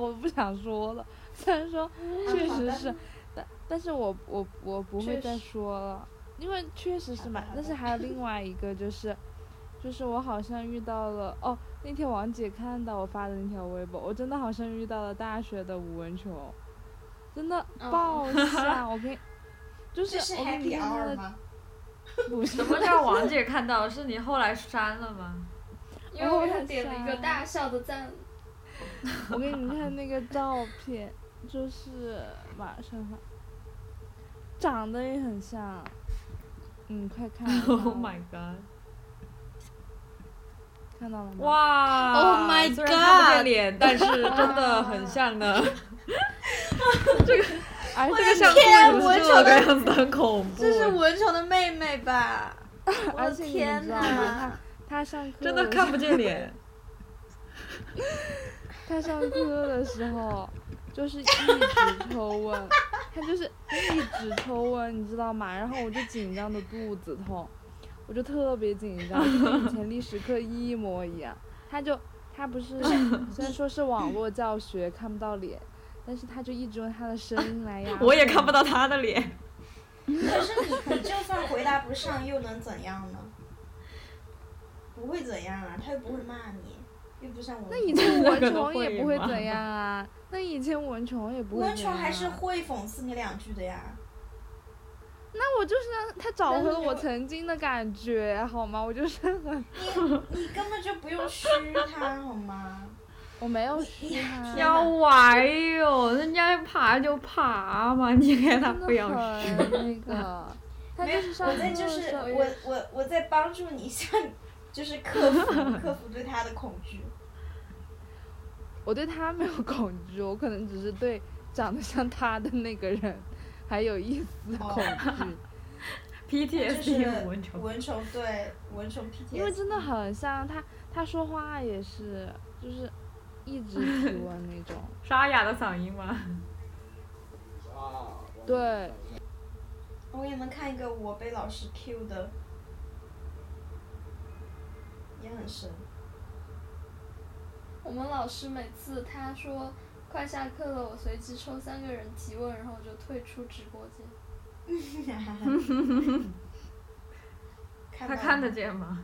[SPEAKER 1] 我不想说了，虽然说 确实 是，但但是我我我不会
[SPEAKER 6] 确
[SPEAKER 1] 再
[SPEAKER 6] 实
[SPEAKER 1] 说了，因为确实是嘛
[SPEAKER 6] 好的。好
[SPEAKER 1] 但是
[SPEAKER 6] 的
[SPEAKER 1] 还有另外一个就是，就是我好像遇到了哦，那天王姐看到我发的那条微博，我真的好像遇到了大学的吴文琼，真的
[SPEAKER 4] 哦
[SPEAKER 1] 爆笑！ 我跟，就
[SPEAKER 6] 这是
[SPEAKER 1] 我跟你
[SPEAKER 6] happy
[SPEAKER 1] 看他
[SPEAKER 6] hour
[SPEAKER 1] 的
[SPEAKER 6] 吗？
[SPEAKER 1] 不是
[SPEAKER 2] 什么叫王姐看到？是你后来删了吗？
[SPEAKER 4] 因为我给他点了一个大笑的赞。
[SPEAKER 1] 我给你们 看那个照片，就是马上发，长得也很像，嗯，快看
[SPEAKER 2] ？Oh
[SPEAKER 1] 看
[SPEAKER 2] my god！
[SPEAKER 1] 看到了吗？
[SPEAKER 2] 哇
[SPEAKER 5] Oh my
[SPEAKER 2] 虽然看不
[SPEAKER 5] God
[SPEAKER 2] 见脸，但是真的很像呢。
[SPEAKER 1] 而且
[SPEAKER 2] 哎这个像素
[SPEAKER 5] 天
[SPEAKER 2] 怎么是
[SPEAKER 5] 我
[SPEAKER 2] 这 个样子，很恐怖。哎
[SPEAKER 5] 文成的妹妹吧？
[SPEAKER 1] 我而且你
[SPEAKER 3] 天
[SPEAKER 1] 知道吗？ 他他上课
[SPEAKER 2] 真的
[SPEAKER 1] 时
[SPEAKER 2] 看不见 脸。。
[SPEAKER 1] 他上课的时候就是一直抽问，他就是一直抽问，你知道吗？然后我就紧张的肚子痛，我就特别紧张，就跟以前历史课一模一样。他就他不是虽然说是网络教学看不到脸，但是他就一直用他的声音来压
[SPEAKER 2] 我也
[SPEAKER 1] 到。
[SPEAKER 2] 看不到他的脸。
[SPEAKER 6] 可是你你就算回答不上，又能怎样呢？不会怎样啊，他又不会骂你，又不像文。
[SPEAKER 1] 那以前
[SPEAKER 2] 那
[SPEAKER 1] 文
[SPEAKER 2] 个都
[SPEAKER 1] 琼也不
[SPEAKER 2] 会
[SPEAKER 1] 会
[SPEAKER 2] 吗
[SPEAKER 1] 怎样啊，那以前文琼也不会
[SPEAKER 6] 文
[SPEAKER 1] 怎
[SPEAKER 6] 琼还
[SPEAKER 1] 样
[SPEAKER 6] 是
[SPEAKER 1] 啊
[SPEAKER 6] 会讽刺你两句 的呀。
[SPEAKER 1] 那我就是让他找
[SPEAKER 6] 但
[SPEAKER 1] 回
[SPEAKER 6] 是
[SPEAKER 1] 了我
[SPEAKER 6] 就
[SPEAKER 1] 曾经的感觉，好吗？我 就是很，
[SPEAKER 6] 你根本就不用虚他好吗？
[SPEAKER 1] 我没有 虚他，
[SPEAKER 2] 要玩哟，人家爬就爬嘛，你给他
[SPEAKER 1] 真的
[SPEAKER 2] 不要
[SPEAKER 1] 很
[SPEAKER 2] 吃。
[SPEAKER 1] 那 个，他
[SPEAKER 6] 没
[SPEAKER 1] 就
[SPEAKER 6] 有
[SPEAKER 1] 是，上
[SPEAKER 6] 我
[SPEAKER 1] 课
[SPEAKER 6] 在
[SPEAKER 1] 的
[SPEAKER 6] 就是
[SPEAKER 1] 时候，
[SPEAKER 6] 我我我在帮助你向，就是克 服克服对他的恐惧。
[SPEAKER 1] 我对他没有恐惧，我可能只是对长得像他的那个人还有一丝
[SPEAKER 6] 哦
[SPEAKER 1] 恐 惧，
[SPEAKER 6] 就
[SPEAKER 2] PTSD
[SPEAKER 6] 是
[SPEAKER 2] 文成，
[SPEAKER 6] 蚊虫对蚊虫 PTSD，
[SPEAKER 1] 因为真的很像他，他说话也是，就是一 直提问那种。
[SPEAKER 2] 沙哑的嗓音吗？
[SPEAKER 1] 对，
[SPEAKER 6] 我给你们看一个我被老师 Q 的，也很深。
[SPEAKER 4] 我们老师每次他说快下课了，我随机抽三个人提问，然后我就退出直播间。
[SPEAKER 6] 看
[SPEAKER 2] 他
[SPEAKER 6] 到
[SPEAKER 2] 看得
[SPEAKER 6] 吗
[SPEAKER 2] 见吗？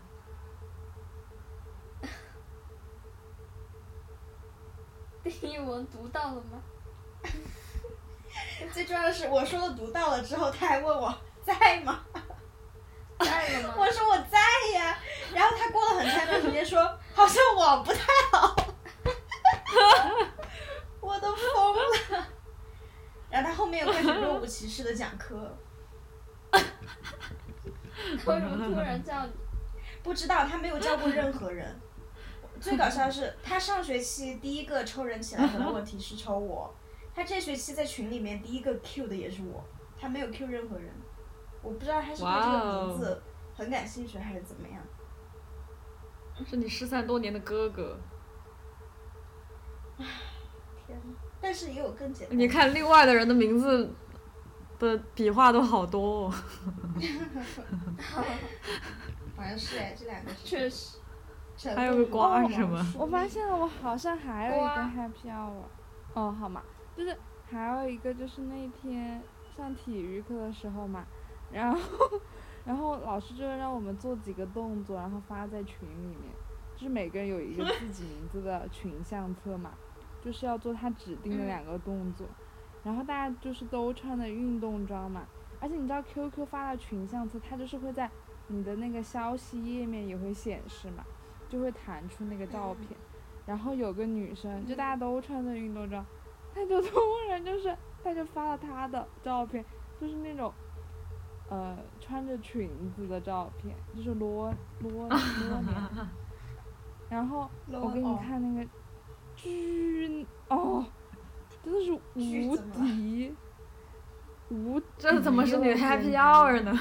[SPEAKER 4] 第一文读到了吗？
[SPEAKER 6] 最重要的是，我说的读到了之后，他还问我在吗？
[SPEAKER 4] 在 了吗
[SPEAKER 6] 我？说我在呀，然后他过了很长一段时间说，好像网不太好， 我都疯了。然后他后面又开始若无其事的讲课，
[SPEAKER 4] 为什么突然叫你？
[SPEAKER 6] 不知道他没有教过任何人。最搞笑的是，他上学期第一个抽人起来的问题是抽我，他这学期在群里面第一个 Q 的也是我，他没有 Q 任何人。我不知道他是对这个名
[SPEAKER 2] 哦
[SPEAKER 6] 字很感兴趣还是怎么样。
[SPEAKER 2] 是你失散多年的哥哥。
[SPEAKER 6] 天呐，但是也有更简单的。
[SPEAKER 2] 你看另外的人的名字的笔画都好多、哦，
[SPEAKER 6] 好像是哎，这两个是
[SPEAKER 4] 确实，
[SPEAKER 6] 整
[SPEAKER 2] 还有个
[SPEAKER 6] 哦
[SPEAKER 2] 瓜是吗
[SPEAKER 1] 我发现了，我好像还有一个
[SPEAKER 4] 瓜
[SPEAKER 1] happy hour。哦，好嘛，就是还有一个就是那天上体育课的时候嘛，然后然后老师就让我们做几个动作，然后发在群里面，就是每个人有一个自己名字的群相册嘛，就是要做他指定的
[SPEAKER 4] 嗯
[SPEAKER 1] 两个动作，然后大家就是都穿的运动装嘛，而且你知道 QQ 发的群相册，它就是会在你的那个消息页面也会显示嘛，就会弹出那个照片。然后有个女生，就大家都穿着运动装，她就突然就是， 她就发了她的照片，就是那种，呃，穿着裙子的照片，就是裸裸裸脸。然后我给
[SPEAKER 6] 哦
[SPEAKER 1] 你看那个，巨哦，真的是
[SPEAKER 6] 巨
[SPEAKER 1] 无
[SPEAKER 6] 怎么了
[SPEAKER 1] 敌，无敌
[SPEAKER 2] 这怎么是 你的
[SPEAKER 1] 哦
[SPEAKER 2] Happy
[SPEAKER 1] 简直
[SPEAKER 2] Hour 呢？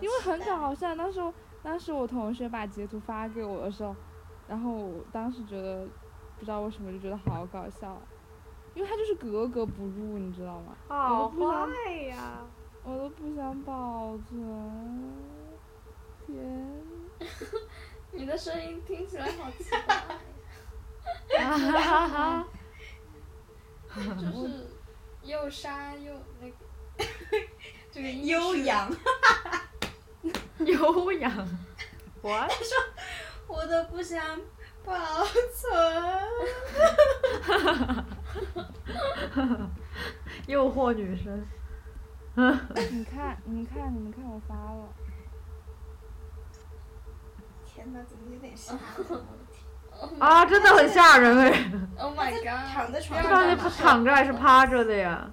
[SPEAKER 1] 因为很搞笑。当时我当时我同学把截图发给我的时候，然后我当时觉得不知道为什么就觉得好搞笑，因为他就是格格不入，你知道吗？
[SPEAKER 5] 好
[SPEAKER 1] 我都不想
[SPEAKER 5] 坏呀！
[SPEAKER 1] 我都不想保存。天，
[SPEAKER 4] 你的声音听起来好奇 怪，啊就是又沙又那个， 这个音质
[SPEAKER 6] 悠。扬，
[SPEAKER 2] 悠扬，
[SPEAKER 5] 我
[SPEAKER 6] 我都不想保存。
[SPEAKER 2] 诱惑女生。
[SPEAKER 1] 你看，你们看，你们看，我发了，
[SPEAKER 6] 天哪，怎么有点吓人？我的天
[SPEAKER 4] Oh
[SPEAKER 2] 啊，真的很吓人哎！
[SPEAKER 4] Oh my god！
[SPEAKER 6] 躺在床
[SPEAKER 2] 这
[SPEAKER 6] 上
[SPEAKER 2] 到底
[SPEAKER 6] 干
[SPEAKER 2] 是
[SPEAKER 6] 嘛
[SPEAKER 2] 躺着还是趴着的呀？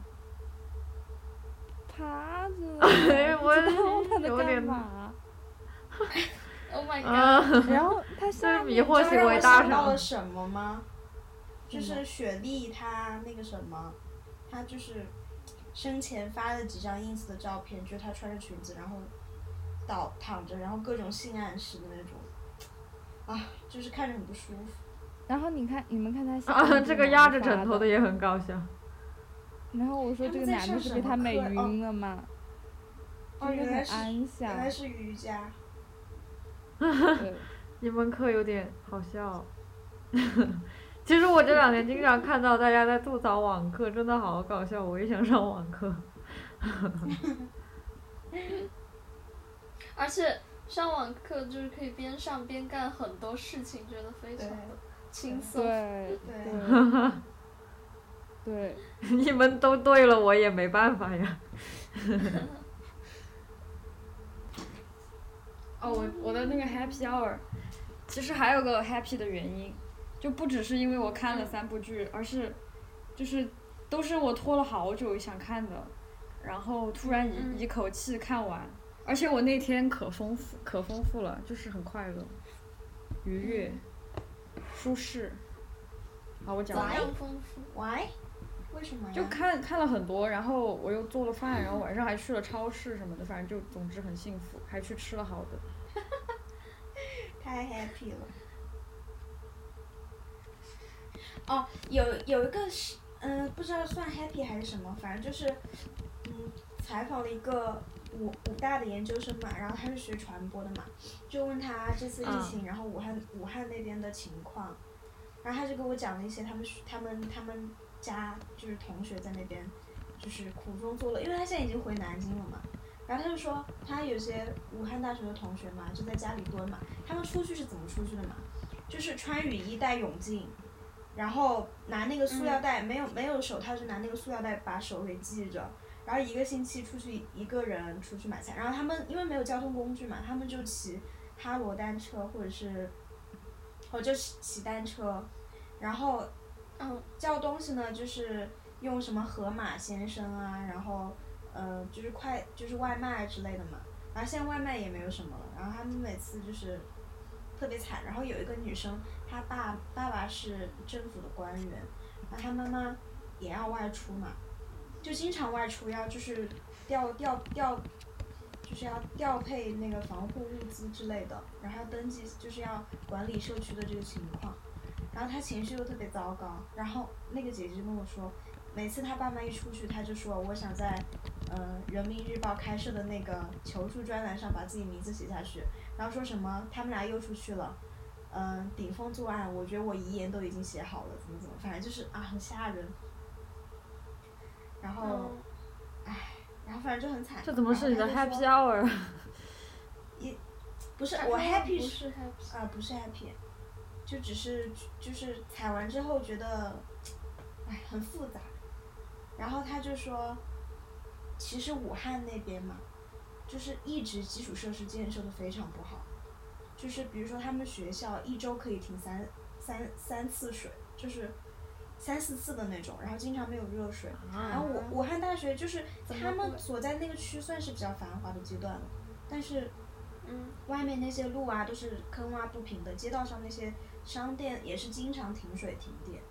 [SPEAKER 1] 趴着呢，
[SPEAKER 2] 哎
[SPEAKER 1] 不知道
[SPEAKER 2] 我
[SPEAKER 1] 他在
[SPEAKER 2] 有
[SPEAKER 1] 干
[SPEAKER 2] 点
[SPEAKER 1] 嘛。
[SPEAKER 4] Oh my god！
[SPEAKER 2] 啊，
[SPEAKER 1] 然后他下
[SPEAKER 2] 迷
[SPEAKER 1] 面
[SPEAKER 2] 惑
[SPEAKER 6] 你
[SPEAKER 2] 行
[SPEAKER 6] 知道让
[SPEAKER 2] 为
[SPEAKER 6] 我
[SPEAKER 2] 大
[SPEAKER 6] 想到
[SPEAKER 2] 赏
[SPEAKER 6] 了什么吗？就是雪莉她那个什么，她就是生前发了几张 ins 的照片，就是她穿着裙子，然后倒躺着，然后各种性暗示的那种，啊，就是看着很不舒服。
[SPEAKER 1] 然后你看，你们看他下面
[SPEAKER 2] 啊，
[SPEAKER 1] 是
[SPEAKER 2] 这个
[SPEAKER 1] 哪
[SPEAKER 2] 压
[SPEAKER 1] 里
[SPEAKER 2] 着
[SPEAKER 1] 发
[SPEAKER 2] 枕头的
[SPEAKER 1] 的。
[SPEAKER 2] 也很搞笑。
[SPEAKER 1] 然后我说
[SPEAKER 6] 他
[SPEAKER 1] 这个
[SPEAKER 6] 们在
[SPEAKER 1] 男的
[SPEAKER 6] 上
[SPEAKER 1] 是
[SPEAKER 6] 什
[SPEAKER 1] 被
[SPEAKER 6] 么
[SPEAKER 1] 他美
[SPEAKER 6] 课哦
[SPEAKER 1] 晕了嘛，
[SPEAKER 6] 哦，
[SPEAKER 1] 就是
[SPEAKER 6] 原
[SPEAKER 1] 很
[SPEAKER 6] 来是
[SPEAKER 1] 安
[SPEAKER 6] 原来
[SPEAKER 1] 详。
[SPEAKER 6] 是瑜伽，
[SPEAKER 1] 对
[SPEAKER 2] 英文课有点好笑。 其实我这两年经常看到大家在吐槽网课，真的好搞笑，我也想上网课。
[SPEAKER 4] 而且上网课就是可以边上边干很多事情，觉得非常的轻松。
[SPEAKER 1] 对
[SPEAKER 6] 对，
[SPEAKER 1] 对 对，
[SPEAKER 2] 你们都对了，我也没办法呀。
[SPEAKER 7] 哦，我我的那个 Happy Hour，其实还有个 Happy 的原因，就不只是因为我看了三部剧，而是就是都是我拖了好久想看的，然后突然一、
[SPEAKER 2] 嗯
[SPEAKER 7] 一口气看完，而且我那天可丰富可丰富了，就是很快乐、愉悦、
[SPEAKER 2] 嗯
[SPEAKER 7] 舒适。好，我讲
[SPEAKER 4] 怎
[SPEAKER 7] 完
[SPEAKER 4] 么
[SPEAKER 7] 了。
[SPEAKER 4] 样丰富？
[SPEAKER 6] why？为什么呀？
[SPEAKER 7] 就看看了很多，然后我又做了饭，
[SPEAKER 6] 嗯
[SPEAKER 7] 然后晚上还去了超市什么的，反正就总之很幸福，还去吃了好的。
[SPEAKER 6] 太 happy 了。
[SPEAKER 5] 哦，
[SPEAKER 6] 有有一个是，嗯、不知道算 happy 还是什么，反正就是，嗯，采访了一个武武大的研究生嘛，然后他是学传播的嘛，就问他这次疫
[SPEAKER 2] 嗯
[SPEAKER 6] 情，然后武汉武汉那边的情况，然后他就给我讲了一些他们他们他们家就是同学在那边就是苦中作乐，因为他现在已经回南京了嘛。然后他就说，他有些武汉大学的同学嘛，就在家里蹲嘛。他们出去是怎么出去的嘛？就是穿雨衣、戴泳镜，然后拿那个塑料袋，没有没有手套就拿那个塑料袋把手给系着，然后一个星期出去一个人出去买菜，然后他们因为没有交通工具嘛，他们就骑哈罗单车或者是，哦就骑骑单车，然后
[SPEAKER 4] 嗯，
[SPEAKER 6] 叫东西呢，就是用什么盒马先生啊，然后呃就是快就是外卖之类的嘛。然后现在外卖也没有什么了，然后他们每次就是特别惨。然后有一个女生，她爸爸爸是政府的官员，然后她妈妈也要外出嘛，就经常外出要就是调调调，就是要调配那个防护物资之类的，然后要登记就是要管理社区的这个情况。然后他情绪又特别糟糕，然后那个姐姐就跟我说，每次他爸妈一出去，他就说我想在，呃，人民日报开设的那个求助专栏上把自己名字写下去，然后说什么他们俩又出去了，嗯、顶风作案，我觉得我遗言都已经写好了，怎么怎么，反正就是啊，很吓人。然后，
[SPEAKER 4] 嗯
[SPEAKER 6] 然后反正就很惨。
[SPEAKER 2] 这怎么是你的
[SPEAKER 6] 然后他
[SPEAKER 2] Happy 啊
[SPEAKER 6] 啊就说
[SPEAKER 2] Hour？
[SPEAKER 6] 不是
[SPEAKER 4] 还
[SPEAKER 6] 我
[SPEAKER 4] 好
[SPEAKER 6] happy
[SPEAKER 4] 不
[SPEAKER 6] 是
[SPEAKER 4] 是 happy，
[SPEAKER 6] 啊、不是 happy，就只是就是踩完之后觉得，哎，很复杂。然后他就说，其实武汉那边嘛，就是一直基础设施建设的非常不好，就是比如说他们学校一周可以停三三三次水，就是三四次的那种，然后经常没有热水。
[SPEAKER 2] 啊
[SPEAKER 6] 然后
[SPEAKER 2] 嗯
[SPEAKER 6] 武武汉大学就是他们所在那个区算是比较繁华的阶段了，但是
[SPEAKER 4] 嗯，
[SPEAKER 6] 外面那些路啊都是坑洼不平的，街道上那些商店也是经常停水停电。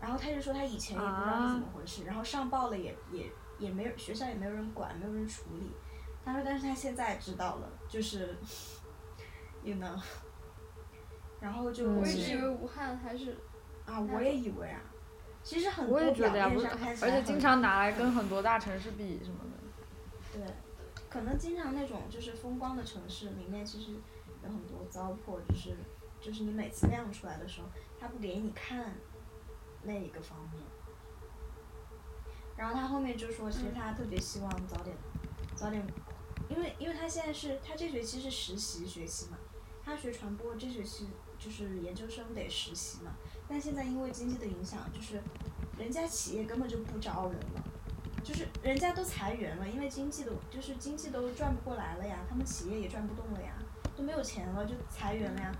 [SPEAKER 6] 然后他就说他以前也不知道是怎么回事，然后上报了也也也没有学校也没有人管，没有人处理。他说，但是他现在知道了，就是，you know，然后就
[SPEAKER 2] 嗯
[SPEAKER 4] 我
[SPEAKER 6] 我
[SPEAKER 4] 一
[SPEAKER 6] 也
[SPEAKER 4] 直以
[SPEAKER 6] 觉
[SPEAKER 4] 为
[SPEAKER 6] 得
[SPEAKER 4] 武汉还是
[SPEAKER 6] 啊，我也以为啊，其实很多
[SPEAKER 2] 我也觉
[SPEAKER 6] 表
[SPEAKER 2] 得呀，
[SPEAKER 6] 面
[SPEAKER 2] 不是
[SPEAKER 6] 上看，起
[SPEAKER 2] 而
[SPEAKER 6] 来
[SPEAKER 2] 且
[SPEAKER 6] 很
[SPEAKER 2] 经常拿来跟很多大城市比什么的。
[SPEAKER 6] 对，可能经常那种就是风光的城市里面，其实有很多糟粕，就是就是你每次亮出来的时候，他不给你看那一个方面。然后他后面就说，其实他特别希望早点早点，因为因为他现在是他这学期是实习学期嘛，他学传播这学期就是研究生得实习嘛，但现在因为经济的影响，就是人家企业根本就不招人了。就是人家都裁员了，因为经济都就是经济都转不过来了呀，他们企业也转不动了呀，都没有钱了，就裁员了呀。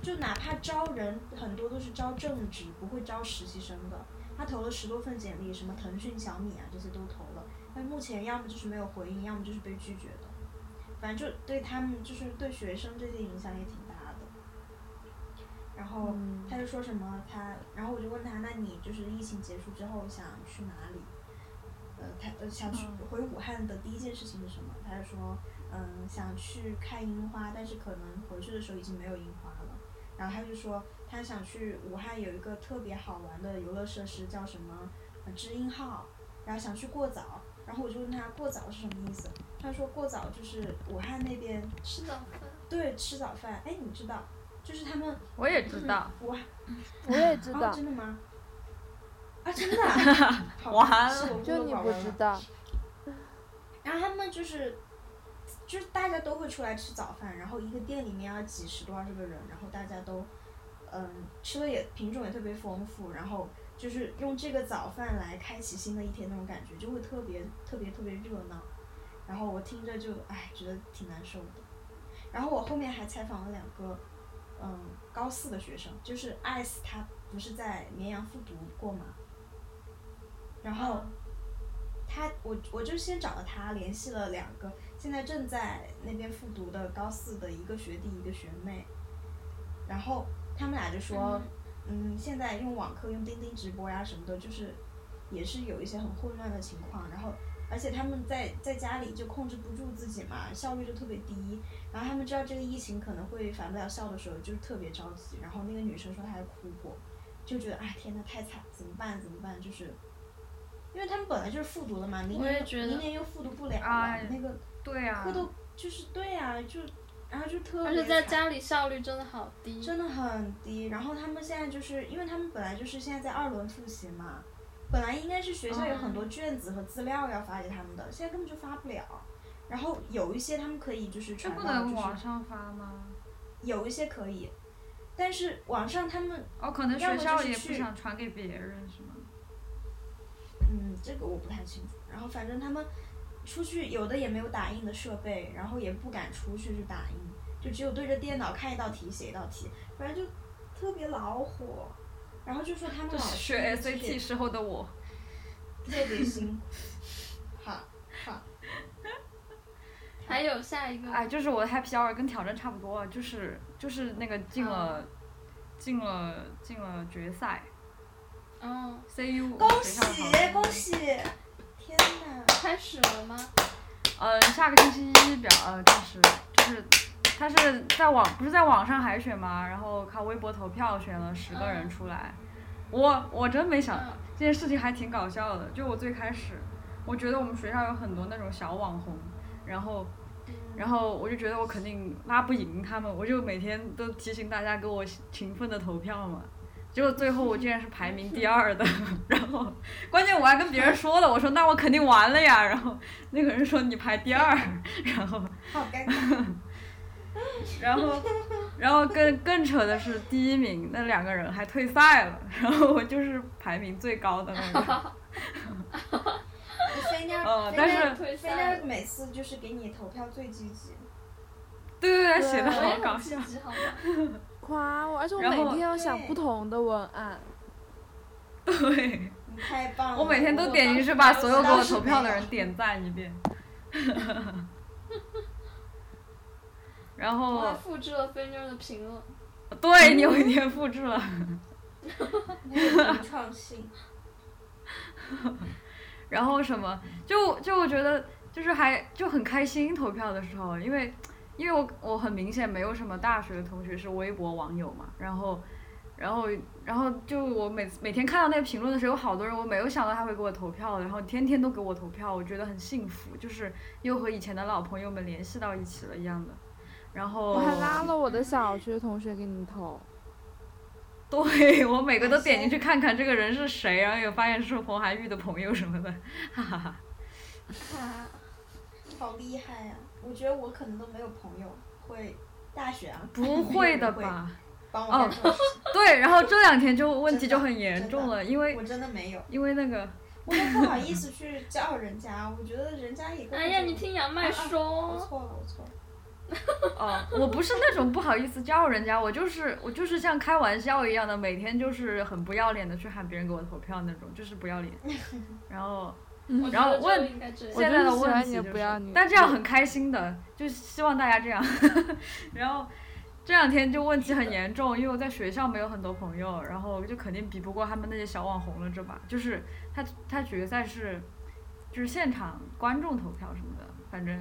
[SPEAKER 6] 就哪怕招人，很多都是招正职，不会招实习生的。他投了十多份简历，什么腾讯、小米啊这些都投了，但目前要么就是没有回应，要么就是被拒绝的。反正就对他们，就是对学生这些影响也挺大的。然后他就说什么他，然后我就问他，那你就是疫情结束之后想去哪里？呃，他呃想去回武汉的第一件事情是什么？他就说，嗯、嗯想去看樱花，但是可能回去的时候已经没有樱花了。然后他就说他想去武汉有一个特别好玩的游乐设施叫什么呃知音号，然后想去过早。然后我就问他过早是什么意思，他说过早就是武汉那边
[SPEAKER 4] 吃 早饭。
[SPEAKER 6] 对吃早饭，哎你知道，就是他们
[SPEAKER 2] 我也知道，
[SPEAKER 6] 武汉
[SPEAKER 1] 我也知
[SPEAKER 6] 哦
[SPEAKER 1] 道，
[SPEAKER 6] 真的吗？啊真的啊，好吧
[SPEAKER 8] 完
[SPEAKER 6] 是我孤
[SPEAKER 1] 就
[SPEAKER 6] 陋
[SPEAKER 1] 你
[SPEAKER 6] 寡
[SPEAKER 1] 不
[SPEAKER 6] 闻
[SPEAKER 1] 知
[SPEAKER 6] 了
[SPEAKER 1] 道，
[SPEAKER 6] 然后他们就是，就是大家都会出来吃早饭，然后一个店里面要几十多二十个人，然后大家都，嗯，吃的也品种也特别丰富，然后就是用这个早饭来开启新的一天那种感觉，就会特别特别特别热闹。然后我听着就哎，觉得挺难受的。然后我后面还采访了两个，嗯，高四的学生，就是艾斯他不是在绵阳复读过吗？然后。他，我我就先找了他，联系了两个现在正在那边复读的高四的一个学弟一个学妹，然后他们俩就说，嗯，现在用网课用钉钉直播呀什么的，就是也是有一些很混乱的情况，然后而且他们在在家里就控制不住自己嘛，效率就特别低，然后他们知道这个疫情可能会返不了校的时候，就特别着急，然后那个女生说她还哭过，就觉得哎天呐太惨，怎么办怎么办，就是。因为他们本来就是复读的嘛，明
[SPEAKER 2] 我也
[SPEAKER 6] 年又
[SPEAKER 2] 觉得
[SPEAKER 6] 明年又复读不了了，
[SPEAKER 2] 哎
[SPEAKER 6] 那个
[SPEAKER 2] 对啊
[SPEAKER 6] 课，都就是对呀、就然后就特
[SPEAKER 4] 而
[SPEAKER 6] 别
[SPEAKER 4] 且在
[SPEAKER 6] 惨
[SPEAKER 4] 家里效率真的好低，
[SPEAKER 6] 真的很低。然后他们现在就是因为他们本来就是现在在二轮复习嘛，本来应该是学校有很
[SPEAKER 2] 哦
[SPEAKER 6] 多卷子和资料要发给他们的，现在根本就发不了。然后有一些他们可以就是
[SPEAKER 2] 这
[SPEAKER 6] 传
[SPEAKER 2] 不
[SPEAKER 6] 到
[SPEAKER 2] 能
[SPEAKER 6] 就
[SPEAKER 2] 网
[SPEAKER 6] 是
[SPEAKER 2] 上发吗？
[SPEAKER 6] 有一些可以，但是网上他们
[SPEAKER 2] 哦，可能
[SPEAKER 6] 要
[SPEAKER 2] 学
[SPEAKER 6] 么
[SPEAKER 2] 校
[SPEAKER 6] 就是
[SPEAKER 2] 也不
[SPEAKER 6] 去
[SPEAKER 2] 想传给别人是吗？
[SPEAKER 6] 嗯，这个我不太清楚。然后反正他们出去有的也没有打印的设备，然后也不敢出去去打印，就只有对着电脑看一道题写一道题，反正就特别恼火。然后就说他们
[SPEAKER 2] 这
[SPEAKER 6] 老
[SPEAKER 2] 是
[SPEAKER 6] 师
[SPEAKER 2] 学
[SPEAKER 6] 就是
[SPEAKER 2] SAT 时候的我，
[SPEAKER 6] 特别辛苦，好好，
[SPEAKER 4] 还有下一个
[SPEAKER 2] 哎，就是我的 Happy Hour 跟挑战差不多啊，就是就是那个
[SPEAKER 6] 嗯
[SPEAKER 2] 进了、进了进了决赛
[SPEAKER 4] 嗯，
[SPEAKER 2] ，CU
[SPEAKER 6] 恭
[SPEAKER 2] 学
[SPEAKER 6] 喜
[SPEAKER 2] 校好
[SPEAKER 6] 恭喜！天哪，
[SPEAKER 4] 开始了吗？
[SPEAKER 2] 呃，下个星期一表呃正式，就是他是在网不是在网上海选嘛，然后靠微博投票选了十个人出来。我我真没想
[SPEAKER 4] 嗯
[SPEAKER 2] 这件事情还挺搞笑的，就我最开始我觉得我们学校有很多那种小网红，然后。然后我就觉得我肯定拉不赢他们，我就每天都提醒大家给我勤奋的投票嘛。结果最后我竟然是排名第二的， 然后关键我还跟别人说了，我说那我肯定完了呀。然后那个人说你排第二，然后
[SPEAKER 6] 好尴尬，
[SPEAKER 2] 然后然后更更扯的是第一名那两个人还退赛了，然后我就是排名最高的那个。
[SPEAKER 6] 菲娜，
[SPEAKER 2] 嗯
[SPEAKER 6] 菲
[SPEAKER 2] 但
[SPEAKER 6] 娜
[SPEAKER 2] 是
[SPEAKER 4] 退
[SPEAKER 6] 菲
[SPEAKER 4] 赛
[SPEAKER 6] 娜
[SPEAKER 4] 了，
[SPEAKER 6] 每次就是给你投票最积极，
[SPEAKER 2] 对对对，写的
[SPEAKER 4] 我
[SPEAKER 2] 好
[SPEAKER 4] 也
[SPEAKER 2] 搞
[SPEAKER 4] 很
[SPEAKER 2] 笑
[SPEAKER 4] 积。极，好吗？
[SPEAKER 1] 夸我，而且我
[SPEAKER 2] 然
[SPEAKER 1] 每
[SPEAKER 2] 后
[SPEAKER 1] 天要想
[SPEAKER 6] 对
[SPEAKER 1] 不同的文案，
[SPEAKER 2] 对，
[SPEAKER 6] 你太棒了！
[SPEAKER 2] 我每天都点进去把所有给我投票的人点赞一遍。 然
[SPEAKER 4] 我还
[SPEAKER 2] 后，
[SPEAKER 4] 复制了飞妞的 评论，
[SPEAKER 2] 对你有一天复制了。
[SPEAKER 6] 你有独创性，
[SPEAKER 2] 然后什么，就就我觉得就是还就很开心投票的时候，因为因为我我很明显没有什么大学同学是微博网友嘛，然后然后然后就我每每天看到那个评论的时候，有好多人我没有想到他会给我投票，然后天天都给我投票，我觉得很幸福，就是又和以前的老朋友们联系到一起了一样的。然后
[SPEAKER 6] 哦
[SPEAKER 1] 我还拉了我的小学同学给你 投，
[SPEAKER 2] 对我每个都点进去看看这个人是谁，然后也发现是彭涵玉的朋友什么的，哈哈哈。
[SPEAKER 4] 哈，
[SPEAKER 6] 好厉害呀、我觉得我可能都没有朋友会大学啊，
[SPEAKER 2] 不会的
[SPEAKER 6] 没有人
[SPEAKER 2] 吧？
[SPEAKER 6] 会帮我
[SPEAKER 2] 哦
[SPEAKER 6] 干这种事情
[SPEAKER 2] 对，然后这两天就问题
[SPEAKER 6] 真
[SPEAKER 2] 就
[SPEAKER 6] 的
[SPEAKER 2] 很严重了，因为
[SPEAKER 6] 我真的没有，
[SPEAKER 2] 因为那个
[SPEAKER 6] 我都不好意思去叫人家，我觉得人家也跟我
[SPEAKER 4] 哎呀，
[SPEAKER 6] 这
[SPEAKER 4] 你
[SPEAKER 6] 种，
[SPEAKER 4] 听杨麦
[SPEAKER 6] 我
[SPEAKER 4] 说，
[SPEAKER 6] 错了，我错了，
[SPEAKER 2] 哦，我不是那种不好意思叫人家，我就是我就是像开玩笑一样的，每天就是很不要脸的去喊别人给我投票那种，就是不要脸。然后
[SPEAKER 4] 我
[SPEAKER 2] 嗯然
[SPEAKER 4] 觉
[SPEAKER 2] 后
[SPEAKER 4] 得
[SPEAKER 2] 问
[SPEAKER 4] 就应该这
[SPEAKER 1] 我
[SPEAKER 4] 样，
[SPEAKER 2] 现在
[SPEAKER 1] 就
[SPEAKER 2] 的
[SPEAKER 1] 是喜
[SPEAKER 2] 问
[SPEAKER 1] 欢
[SPEAKER 2] 题
[SPEAKER 1] 你
[SPEAKER 2] 就
[SPEAKER 1] 的
[SPEAKER 2] 是，
[SPEAKER 1] 不要你
[SPEAKER 2] 但这样很开心的，就希望大家这样。 然后这两天就问题很严重，因为我在学校没有很多朋友，然后就肯定比不过他们那些小网红了，这把就是他他决赛是就是现场观众投票什么的，反正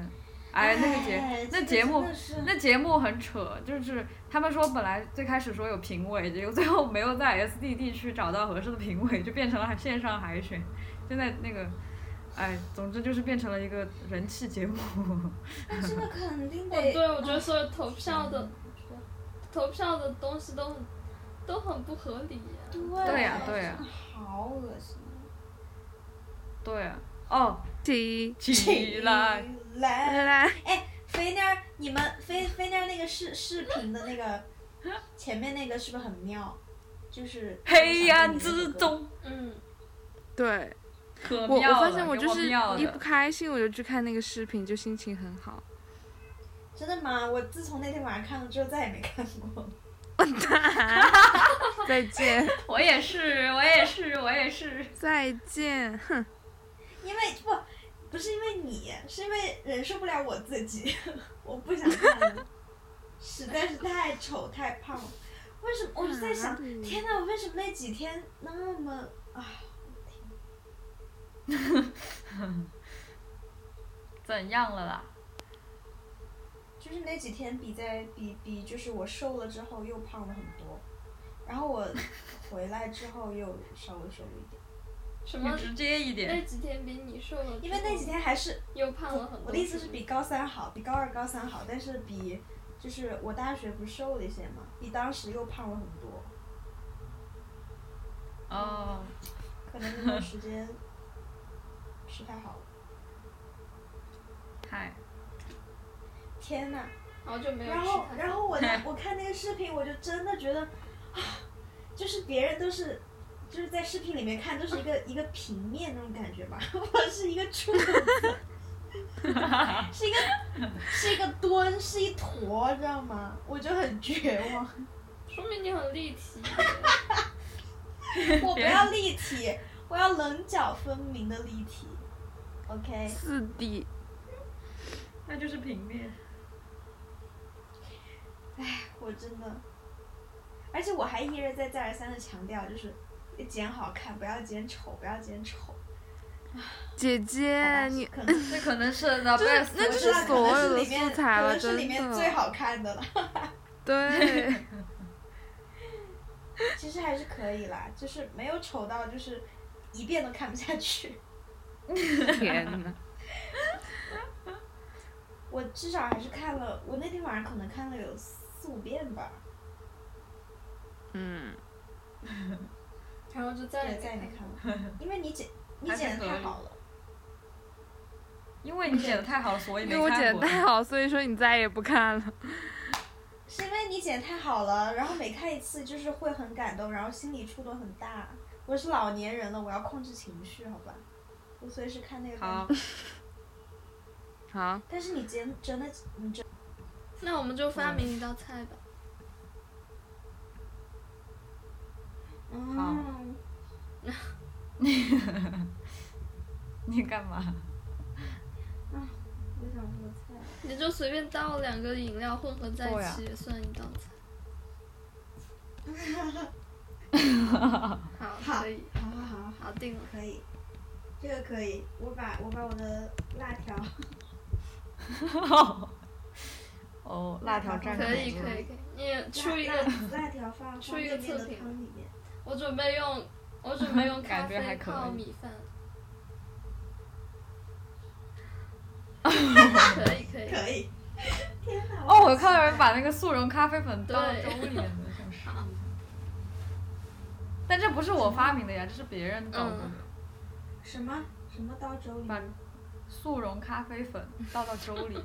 [SPEAKER 2] 哎，那个节
[SPEAKER 6] 哎
[SPEAKER 2] 那
[SPEAKER 6] 这个
[SPEAKER 2] 节目
[SPEAKER 6] 真的是
[SPEAKER 2] 那节目很扯，就是他们说本来最开始说有评委，结果最后没有在 SD 地区找到合适的评委，就变成了线上海选。现在那个，哎，总之就是变成了一个人气节目。
[SPEAKER 6] 那这 个肯定
[SPEAKER 4] 我对
[SPEAKER 6] 得，
[SPEAKER 4] 我觉得所有投票的
[SPEAKER 2] 嗯
[SPEAKER 4] 投票的东西都很都很不合理啊呀、
[SPEAKER 2] 对呀、对呀、
[SPEAKER 6] 好恶心。
[SPEAKER 2] 对呀、哦，
[SPEAKER 1] 起
[SPEAKER 2] 起来！
[SPEAKER 6] 来，
[SPEAKER 1] 来，
[SPEAKER 6] 肥妞儿，你们肥肥妞儿那个视视频的那个前面那个是不是很妙？就是
[SPEAKER 2] 黑暗之，中
[SPEAKER 4] 嗯，
[SPEAKER 1] 对
[SPEAKER 2] 可
[SPEAKER 1] 我我
[SPEAKER 2] 妙
[SPEAKER 1] 发
[SPEAKER 2] 了，
[SPEAKER 1] 现
[SPEAKER 2] 我
[SPEAKER 1] 我就是
[SPEAKER 2] 妙
[SPEAKER 1] 一不
[SPEAKER 2] 的。
[SPEAKER 1] 开心我就去看那个视频，就心情很 好。
[SPEAKER 6] 真的吗？我自从那天晚上看了之后，再也没看过。
[SPEAKER 1] 再见，
[SPEAKER 2] 我也是，我也是，我也是。
[SPEAKER 1] 再见，哼，
[SPEAKER 6] 因为不不是因为你，是因为忍受不了我自己， 我不想看 了，实在是太丑太胖了。为什么？我就在想，
[SPEAKER 2] 嗯
[SPEAKER 6] 天呐，我为什么那几天那么啊？
[SPEAKER 2] 怎样了啦？
[SPEAKER 6] 就是那几天比在比比，就是我瘦了之后又胖了很多，然后 我回来之后又稍微瘦了一点，
[SPEAKER 4] 什
[SPEAKER 2] 你
[SPEAKER 4] 么
[SPEAKER 2] 直接一点。
[SPEAKER 1] 哎
[SPEAKER 4] 那几天比你瘦了之后，
[SPEAKER 6] 因为那几天还是
[SPEAKER 4] 又哦胖了很多。
[SPEAKER 6] 我的意思是比高三好，比高二、高三好，但是比就是我大学不是瘦了一些嘛，比当时又胖了很多，
[SPEAKER 2] 哦，
[SPEAKER 6] 可能那段时间 不太好了。
[SPEAKER 2] 嗨，
[SPEAKER 6] 天呐，
[SPEAKER 4] 好久没有
[SPEAKER 6] 然
[SPEAKER 4] 吃
[SPEAKER 6] 后
[SPEAKER 4] 它，
[SPEAKER 6] 然后我那我看那个视频，我就真的觉得啊，就是别人都是。就是在视频里面看，都是一个一个平面那种感觉吧， 我是一个柱子，是一个是一个墩，是一坨，知道吗？我就很绝望。
[SPEAKER 4] 说明你很立 体。
[SPEAKER 6] 我不
[SPEAKER 2] 别人
[SPEAKER 6] 要立体，我要棱角分明的立体。OK，
[SPEAKER 1] 四弟，
[SPEAKER 2] 那就是平面。
[SPEAKER 6] 我真的，而且我还一而再再而三的强调，就是要剪好看，不要剪丑，不要剪丑。
[SPEAKER 1] 姐
[SPEAKER 6] 好
[SPEAKER 1] 姐
[SPEAKER 6] 吧，
[SPEAKER 1] 你
[SPEAKER 6] 可能
[SPEAKER 2] 这可能是 the
[SPEAKER 1] 就是
[SPEAKER 2] best，
[SPEAKER 1] 那
[SPEAKER 6] 我
[SPEAKER 1] 就
[SPEAKER 6] 知
[SPEAKER 1] 是
[SPEAKER 6] 道可
[SPEAKER 1] 所
[SPEAKER 6] 能
[SPEAKER 1] 有
[SPEAKER 6] 是
[SPEAKER 1] 的
[SPEAKER 6] 里面
[SPEAKER 1] 素材
[SPEAKER 6] 可
[SPEAKER 1] 了
[SPEAKER 6] 能是
[SPEAKER 1] 真
[SPEAKER 6] 里面
[SPEAKER 1] 的
[SPEAKER 6] 最好看的了。
[SPEAKER 1] 对
[SPEAKER 6] 其实还是可以啦，就是没有丑到就是一遍都看不下去。
[SPEAKER 1] 天呐，
[SPEAKER 6] 我至少还是看了，我那天晚上可能看了有四五遍吧，
[SPEAKER 1] 嗯，
[SPEAKER 4] 然后就再
[SPEAKER 6] 对，
[SPEAKER 4] 也
[SPEAKER 6] 再也没 看了，因为你剪你
[SPEAKER 2] 还是
[SPEAKER 6] 剪的
[SPEAKER 2] 可
[SPEAKER 6] 太
[SPEAKER 2] 以
[SPEAKER 6] 好了。
[SPEAKER 2] 因为你剪的太好，所以
[SPEAKER 1] 因
[SPEAKER 2] 没
[SPEAKER 1] 为我
[SPEAKER 2] 看
[SPEAKER 1] 剪
[SPEAKER 2] 过
[SPEAKER 1] 得。太好，所以说你再也不看了。
[SPEAKER 6] 是因为你剪太好了，然后每看一次就是会很感动，然后心理触动很大。我是老年人了，我要控制情绪，好吧？我随时看那个。
[SPEAKER 2] 好。，
[SPEAKER 1] 好，
[SPEAKER 6] 但是你剪真的，你真
[SPEAKER 4] 那我们就发明一道菜吧。
[SPEAKER 6] 嗯，
[SPEAKER 2] 你干嘛？
[SPEAKER 6] 我想做菜。
[SPEAKER 4] 你就随便倒两个饮料混合在
[SPEAKER 2] 对
[SPEAKER 4] 一
[SPEAKER 2] 啊
[SPEAKER 4] 起也算一道 菜。好，可以，
[SPEAKER 6] 好好好，
[SPEAKER 4] 好定了。
[SPEAKER 6] 可以，这个可以。我把我把我的辣条，
[SPEAKER 2] 哦，辣条蘸
[SPEAKER 4] 可
[SPEAKER 2] 口
[SPEAKER 4] 以
[SPEAKER 2] 味
[SPEAKER 4] 可以可以，你 出一
[SPEAKER 6] 辣
[SPEAKER 4] 个，
[SPEAKER 6] 辣辣条放
[SPEAKER 4] 出
[SPEAKER 6] 放
[SPEAKER 4] 一
[SPEAKER 6] 对
[SPEAKER 4] 个
[SPEAKER 6] 面的
[SPEAKER 4] 测评
[SPEAKER 6] 汤里面。
[SPEAKER 4] 我准备用，我准备用咖
[SPEAKER 2] 感觉还
[SPEAKER 4] 啡
[SPEAKER 2] 可以
[SPEAKER 4] 泡米 饭。可以可以，
[SPEAKER 6] 可以。 天哪！
[SPEAKER 2] 哦，我看到有人把那个速溶咖啡粉倒
[SPEAKER 4] 对
[SPEAKER 2] 粥里面的，像 是。但这不是我发明的呀，这是别人倒的
[SPEAKER 4] 嗯，
[SPEAKER 6] 什么什么到粥里
[SPEAKER 2] 把
[SPEAKER 6] 面？
[SPEAKER 2] 速溶咖啡粉倒到粥里，